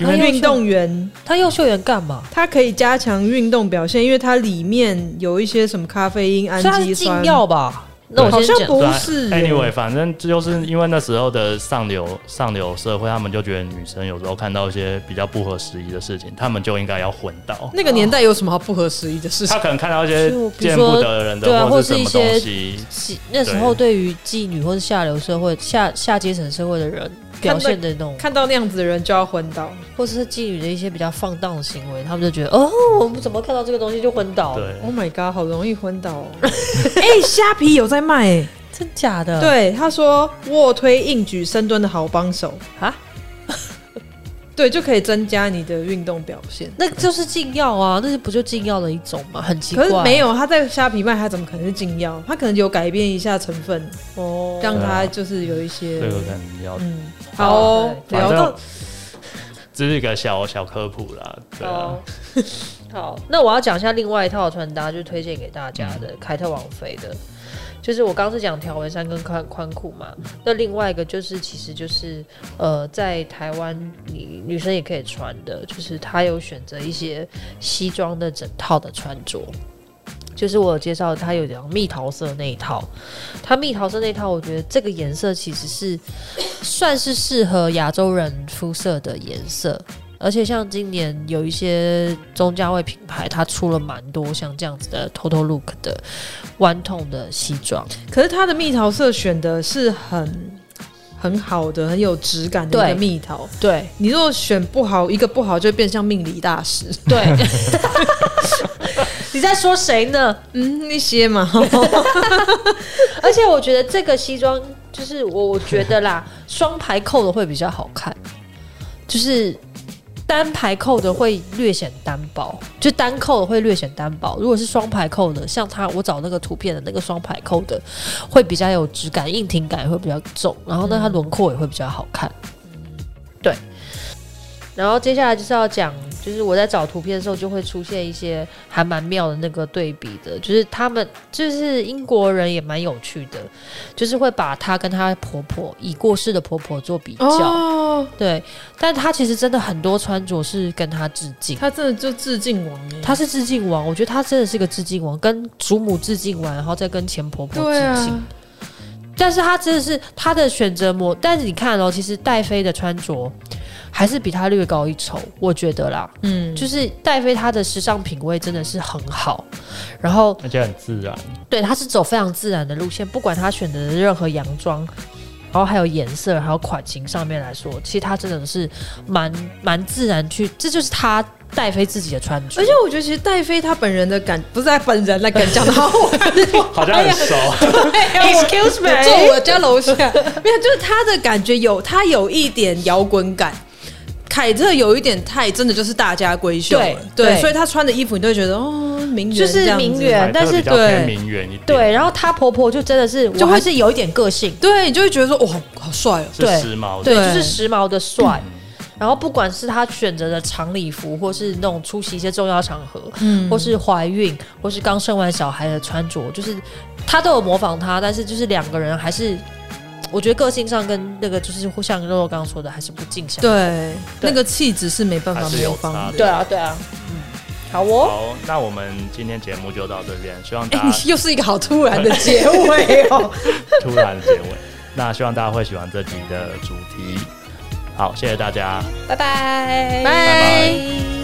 [SPEAKER 1] 因
[SPEAKER 3] 哎、
[SPEAKER 1] 为
[SPEAKER 3] 运动员
[SPEAKER 1] 他用秀妍干嘛？
[SPEAKER 3] 它可以加强运动表现，因为它里面有一些什么咖啡因、氨
[SPEAKER 1] 所以它是
[SPEAKER 3] 基
[SPEAKER 1] 禁
[SPEAKER 3] 酸，
[SPEAKER 1] 药吧？那我
[SPEAKER 3] 好
[SPEAKER 1] 先
[SPEAKER 3] 像
[SPEAKER 1] 讲，
[SPEAKER 3] 不
[SPEAKER 2] 对啊
[SPEAKER 3] 是耶、
[SPEAKER 2] Anyway，反正这就是因为那时候的上流上流社会，他们就觉得女生有时候看到一些比较不合时宜的事情，他们就应该要混到。
[SPEAKER 3] 那个年代有什么好不合时宜的事情
[SPEAKER 2] 他？可能看到一些
[SPEAKER 1] 就比如
[SPEAKER 2] 见
[SPEAKER 1] 说
[SPEAKER 2] 不得人的，
[SPEAKER 1] 对啊
[SPEAKER 2] 或者
[SPEAKER 1] 或
[SPEAKER 2] 什
[SPEAKER 1] 是一
[SPEAKER 2] 么
[SPEAKER 1] 些
[SPEAKER 2] 东西，
[SPEAKER 1] 是那时候对于妓女或是下流社会、下下阶层社会的人表现的那种，
[SPEAKER 3] 看到那样子的人就要昏倒，
[SPEAKER 1] 或者是妓女的一些比较放荡的行为，他们就觉得哦，我们怎么看到这个东西就昏倒？
[SPEAKER 2] 对，
[SPEAKER 3] Oh my god，好容易昏倒 哦！哎、虾皮有在卖哎、
[SPEAKER 1] 真假的？
[SPEAKER 3] 对，他说卧推、硬举、深蹲的好帮手
[SPEAKER 1] 啊，
[SPEAKER 3] 对，就可以增加你的运动表现。
[SPEAKER 1] 那就是禁药啊，那是不就禁药的一种吗？很奇
[SPEAKER 3] 可
[SPEAKER 1] 怪，
[SPEAKER 3] 是没有，他在虾皮卖，他怎么可能是禁药？他可能有改变一下成分，
[SPEAKER 1] 哦，
[SPEAKER 3] 让
[SPEAKER 2] 对啊
[SPEAKER 3] 他就是有一些
[SPEAKER 2] 这，个可能要
[SPEAKER 3] 嗯，好哦，
[SPEAKER 1] 对
[SPEAKER 3] 聊
[SPEAKER 2] 反
[SPEAKER 3] 到
[SPEAKER 2] 正只是一个小小科普啦，对啊
[SPEAKER 1] 哦， 好，那我要讲一下另外一套穿搭，就是推荐给大家
[SPEAKER 2] 嗯
[SPEAKER 1] 的、凯特王妃的，就是我刚刚是讲条纹衫跟宽宽裤嘛，那另外一个就是其实就是呃，在台湾你女生也可以穿的，就是她有选择一些西装的整套的穿着。就是我有介绍，它有两蜜桃色那一套，它蜜桃色那一套，我觉得这个颜色其实是 算是适合亚洲人肤色的颜色，而且像今年有一些中价位品牌，它出了蛮多像这样子的 total look 的弯筒的西装，
[SPEAKER 3] 可是他的蜜桃色选的是很很好的、很有质感的一
[SPEAKER 1] 对
[SPEAKER 3] 个蜜桃。
[SPEAKER 1] 对
[SPEAKER 3] 你如果选不好，一个不好就会变像命理大师。
[SPEAKER 1] 对。你在说谁呢？
[SPEAKER 3] 嗯，一些 嘛，
[SPEAKER 1] 而且我觉得这个西装，就是我我觉得啦， 双排扣的会比较好看，就是单排扣的会略显单薄，就单扣的会略显单薄。如果是双排扣的，像它我找那个图片的那个双排扣的，会比较有质感，硬挺感也会比较重，然后呢，它轮廓也会比较好看。对，然后接下来就是要讲。就是我在找图片的时候，就会出现一些还蛮妙的那个对比的，就是他们就是英国人也蛮有趣的，就是会把她跟她婆婆已过世的婆婆做比较，
[SPEAKER 3] 哦，
[SPEAKER 1] 对，但她其实真的很多穿着是跟她致敬，
[SPEAKER 3] 他真的就致敬王哎，
[SPEAKER 1] 她是致敬王，我觉得她真的是个致敬王，跟祖母致敬完，然后再跟前婆婆致
[SPEAKER 3] 对
[SPEAKER 1] 敬。
[SPEAKER 3] 啊，
[SPEAKER 1] 但是她真的是她的选择模，但是你看哦，其实戴妃的穿着还是比她略高一筹，我觉得啦，
[SPEAKER 3] 嗯，
[SPEAKER 1] 就是戴妃她的时尚品味真的是很好，然后
[SPEAKER 2] 而且很自然，
[SPEAKER 1] 对，他是走非常自然的路线，不管他选择的任何洋装，然后还有颜色，还有款型上面来说，其实他真的是蛮蛮自然去，这就是他戴妃自己的穿着。
[SPEAKER 3] 而且我觉得其实戴妃她本人的感不是她本人的感讲的好 哎好看，
[SPEAKER 2] 好像很熟，
[SPEAKER 1] Excuse
[SPEAKER 3] 我住我家楼下， 没有，就是她的感觉有她有一点摇滚感。凯特有一点太真的就是大家闺秀了，
[SPEAKER 1] 对对
[SPEAKER 3] 所以她穿的衣服你都会觉得哦，名媛
[SPEAKER 1] 就
[SPEAKER 3] 这
[SPEAKER 1] 是
[SPEAKER 3] 样子
[SPEAKER 1] 名媛哎 对但是
[SPEAKER 2] 比较偏
[SPEAKER 3] 对
[SPEAKER 2] 名媛一点，
[SPEAKER 1] 对，，然后她婆婆就真的是，
[SPEAKER 3] 就
[SPEAKER 1] 就
[SPEAKER 3] 会
[SPEAKER 1] 还是有一点个性，
[SPEAKER 3] 对，你就会觉得说哇，好好帅哦，
[SPEAKER 2] 是
[SPEAKER 1] 对
[SPEAKER 2] 时髦的
[SPEAKER 1] 对，
[SPEAKER 3] 对
[SPEAKER 1] 就是时髦的帅。然后不管是她选择的长礼服，或是那种出席一些重要场合，
[SPEAKER 3] 嗯
[SPEAKER 1] 或是怀孕，或是刚生完小孩的穿着，就是她都有模仿她，但是就是两个人还是，我觉得个性上跟那个就是互像肉肉刚刚说的还是不尽相。
[SPEAKER 3] 对，
[SPEAKER 1] 对
[SPEAKER 3] 那个气质是没办法
[SPEAKER 2] 还是有
[SPEAKER 3] 模仿
[SPEAKER 2] 差
[SPEAKER 3] 的
[SPEAKER 2] 的。
[SPEAKER 1] 对啊，对啊，嗯，好哦，
[SPEAKER 2] 好，那我们今天节目就到这边，希望
[SPEAKER 3] 哎、
[SPEAKER 2] 大家
[SPEAKER 3] 你又是一个好突然的结尾哦。
[SPEAKER 2] 突然结尾，那希望大家会喜欢这集的主题。好，谢谢大家。
[SPEAKER 1] 拜拜，
[SPEAKER 3] 拜
[SPEAKER 2] 拜
[SPEAKER 1] 拜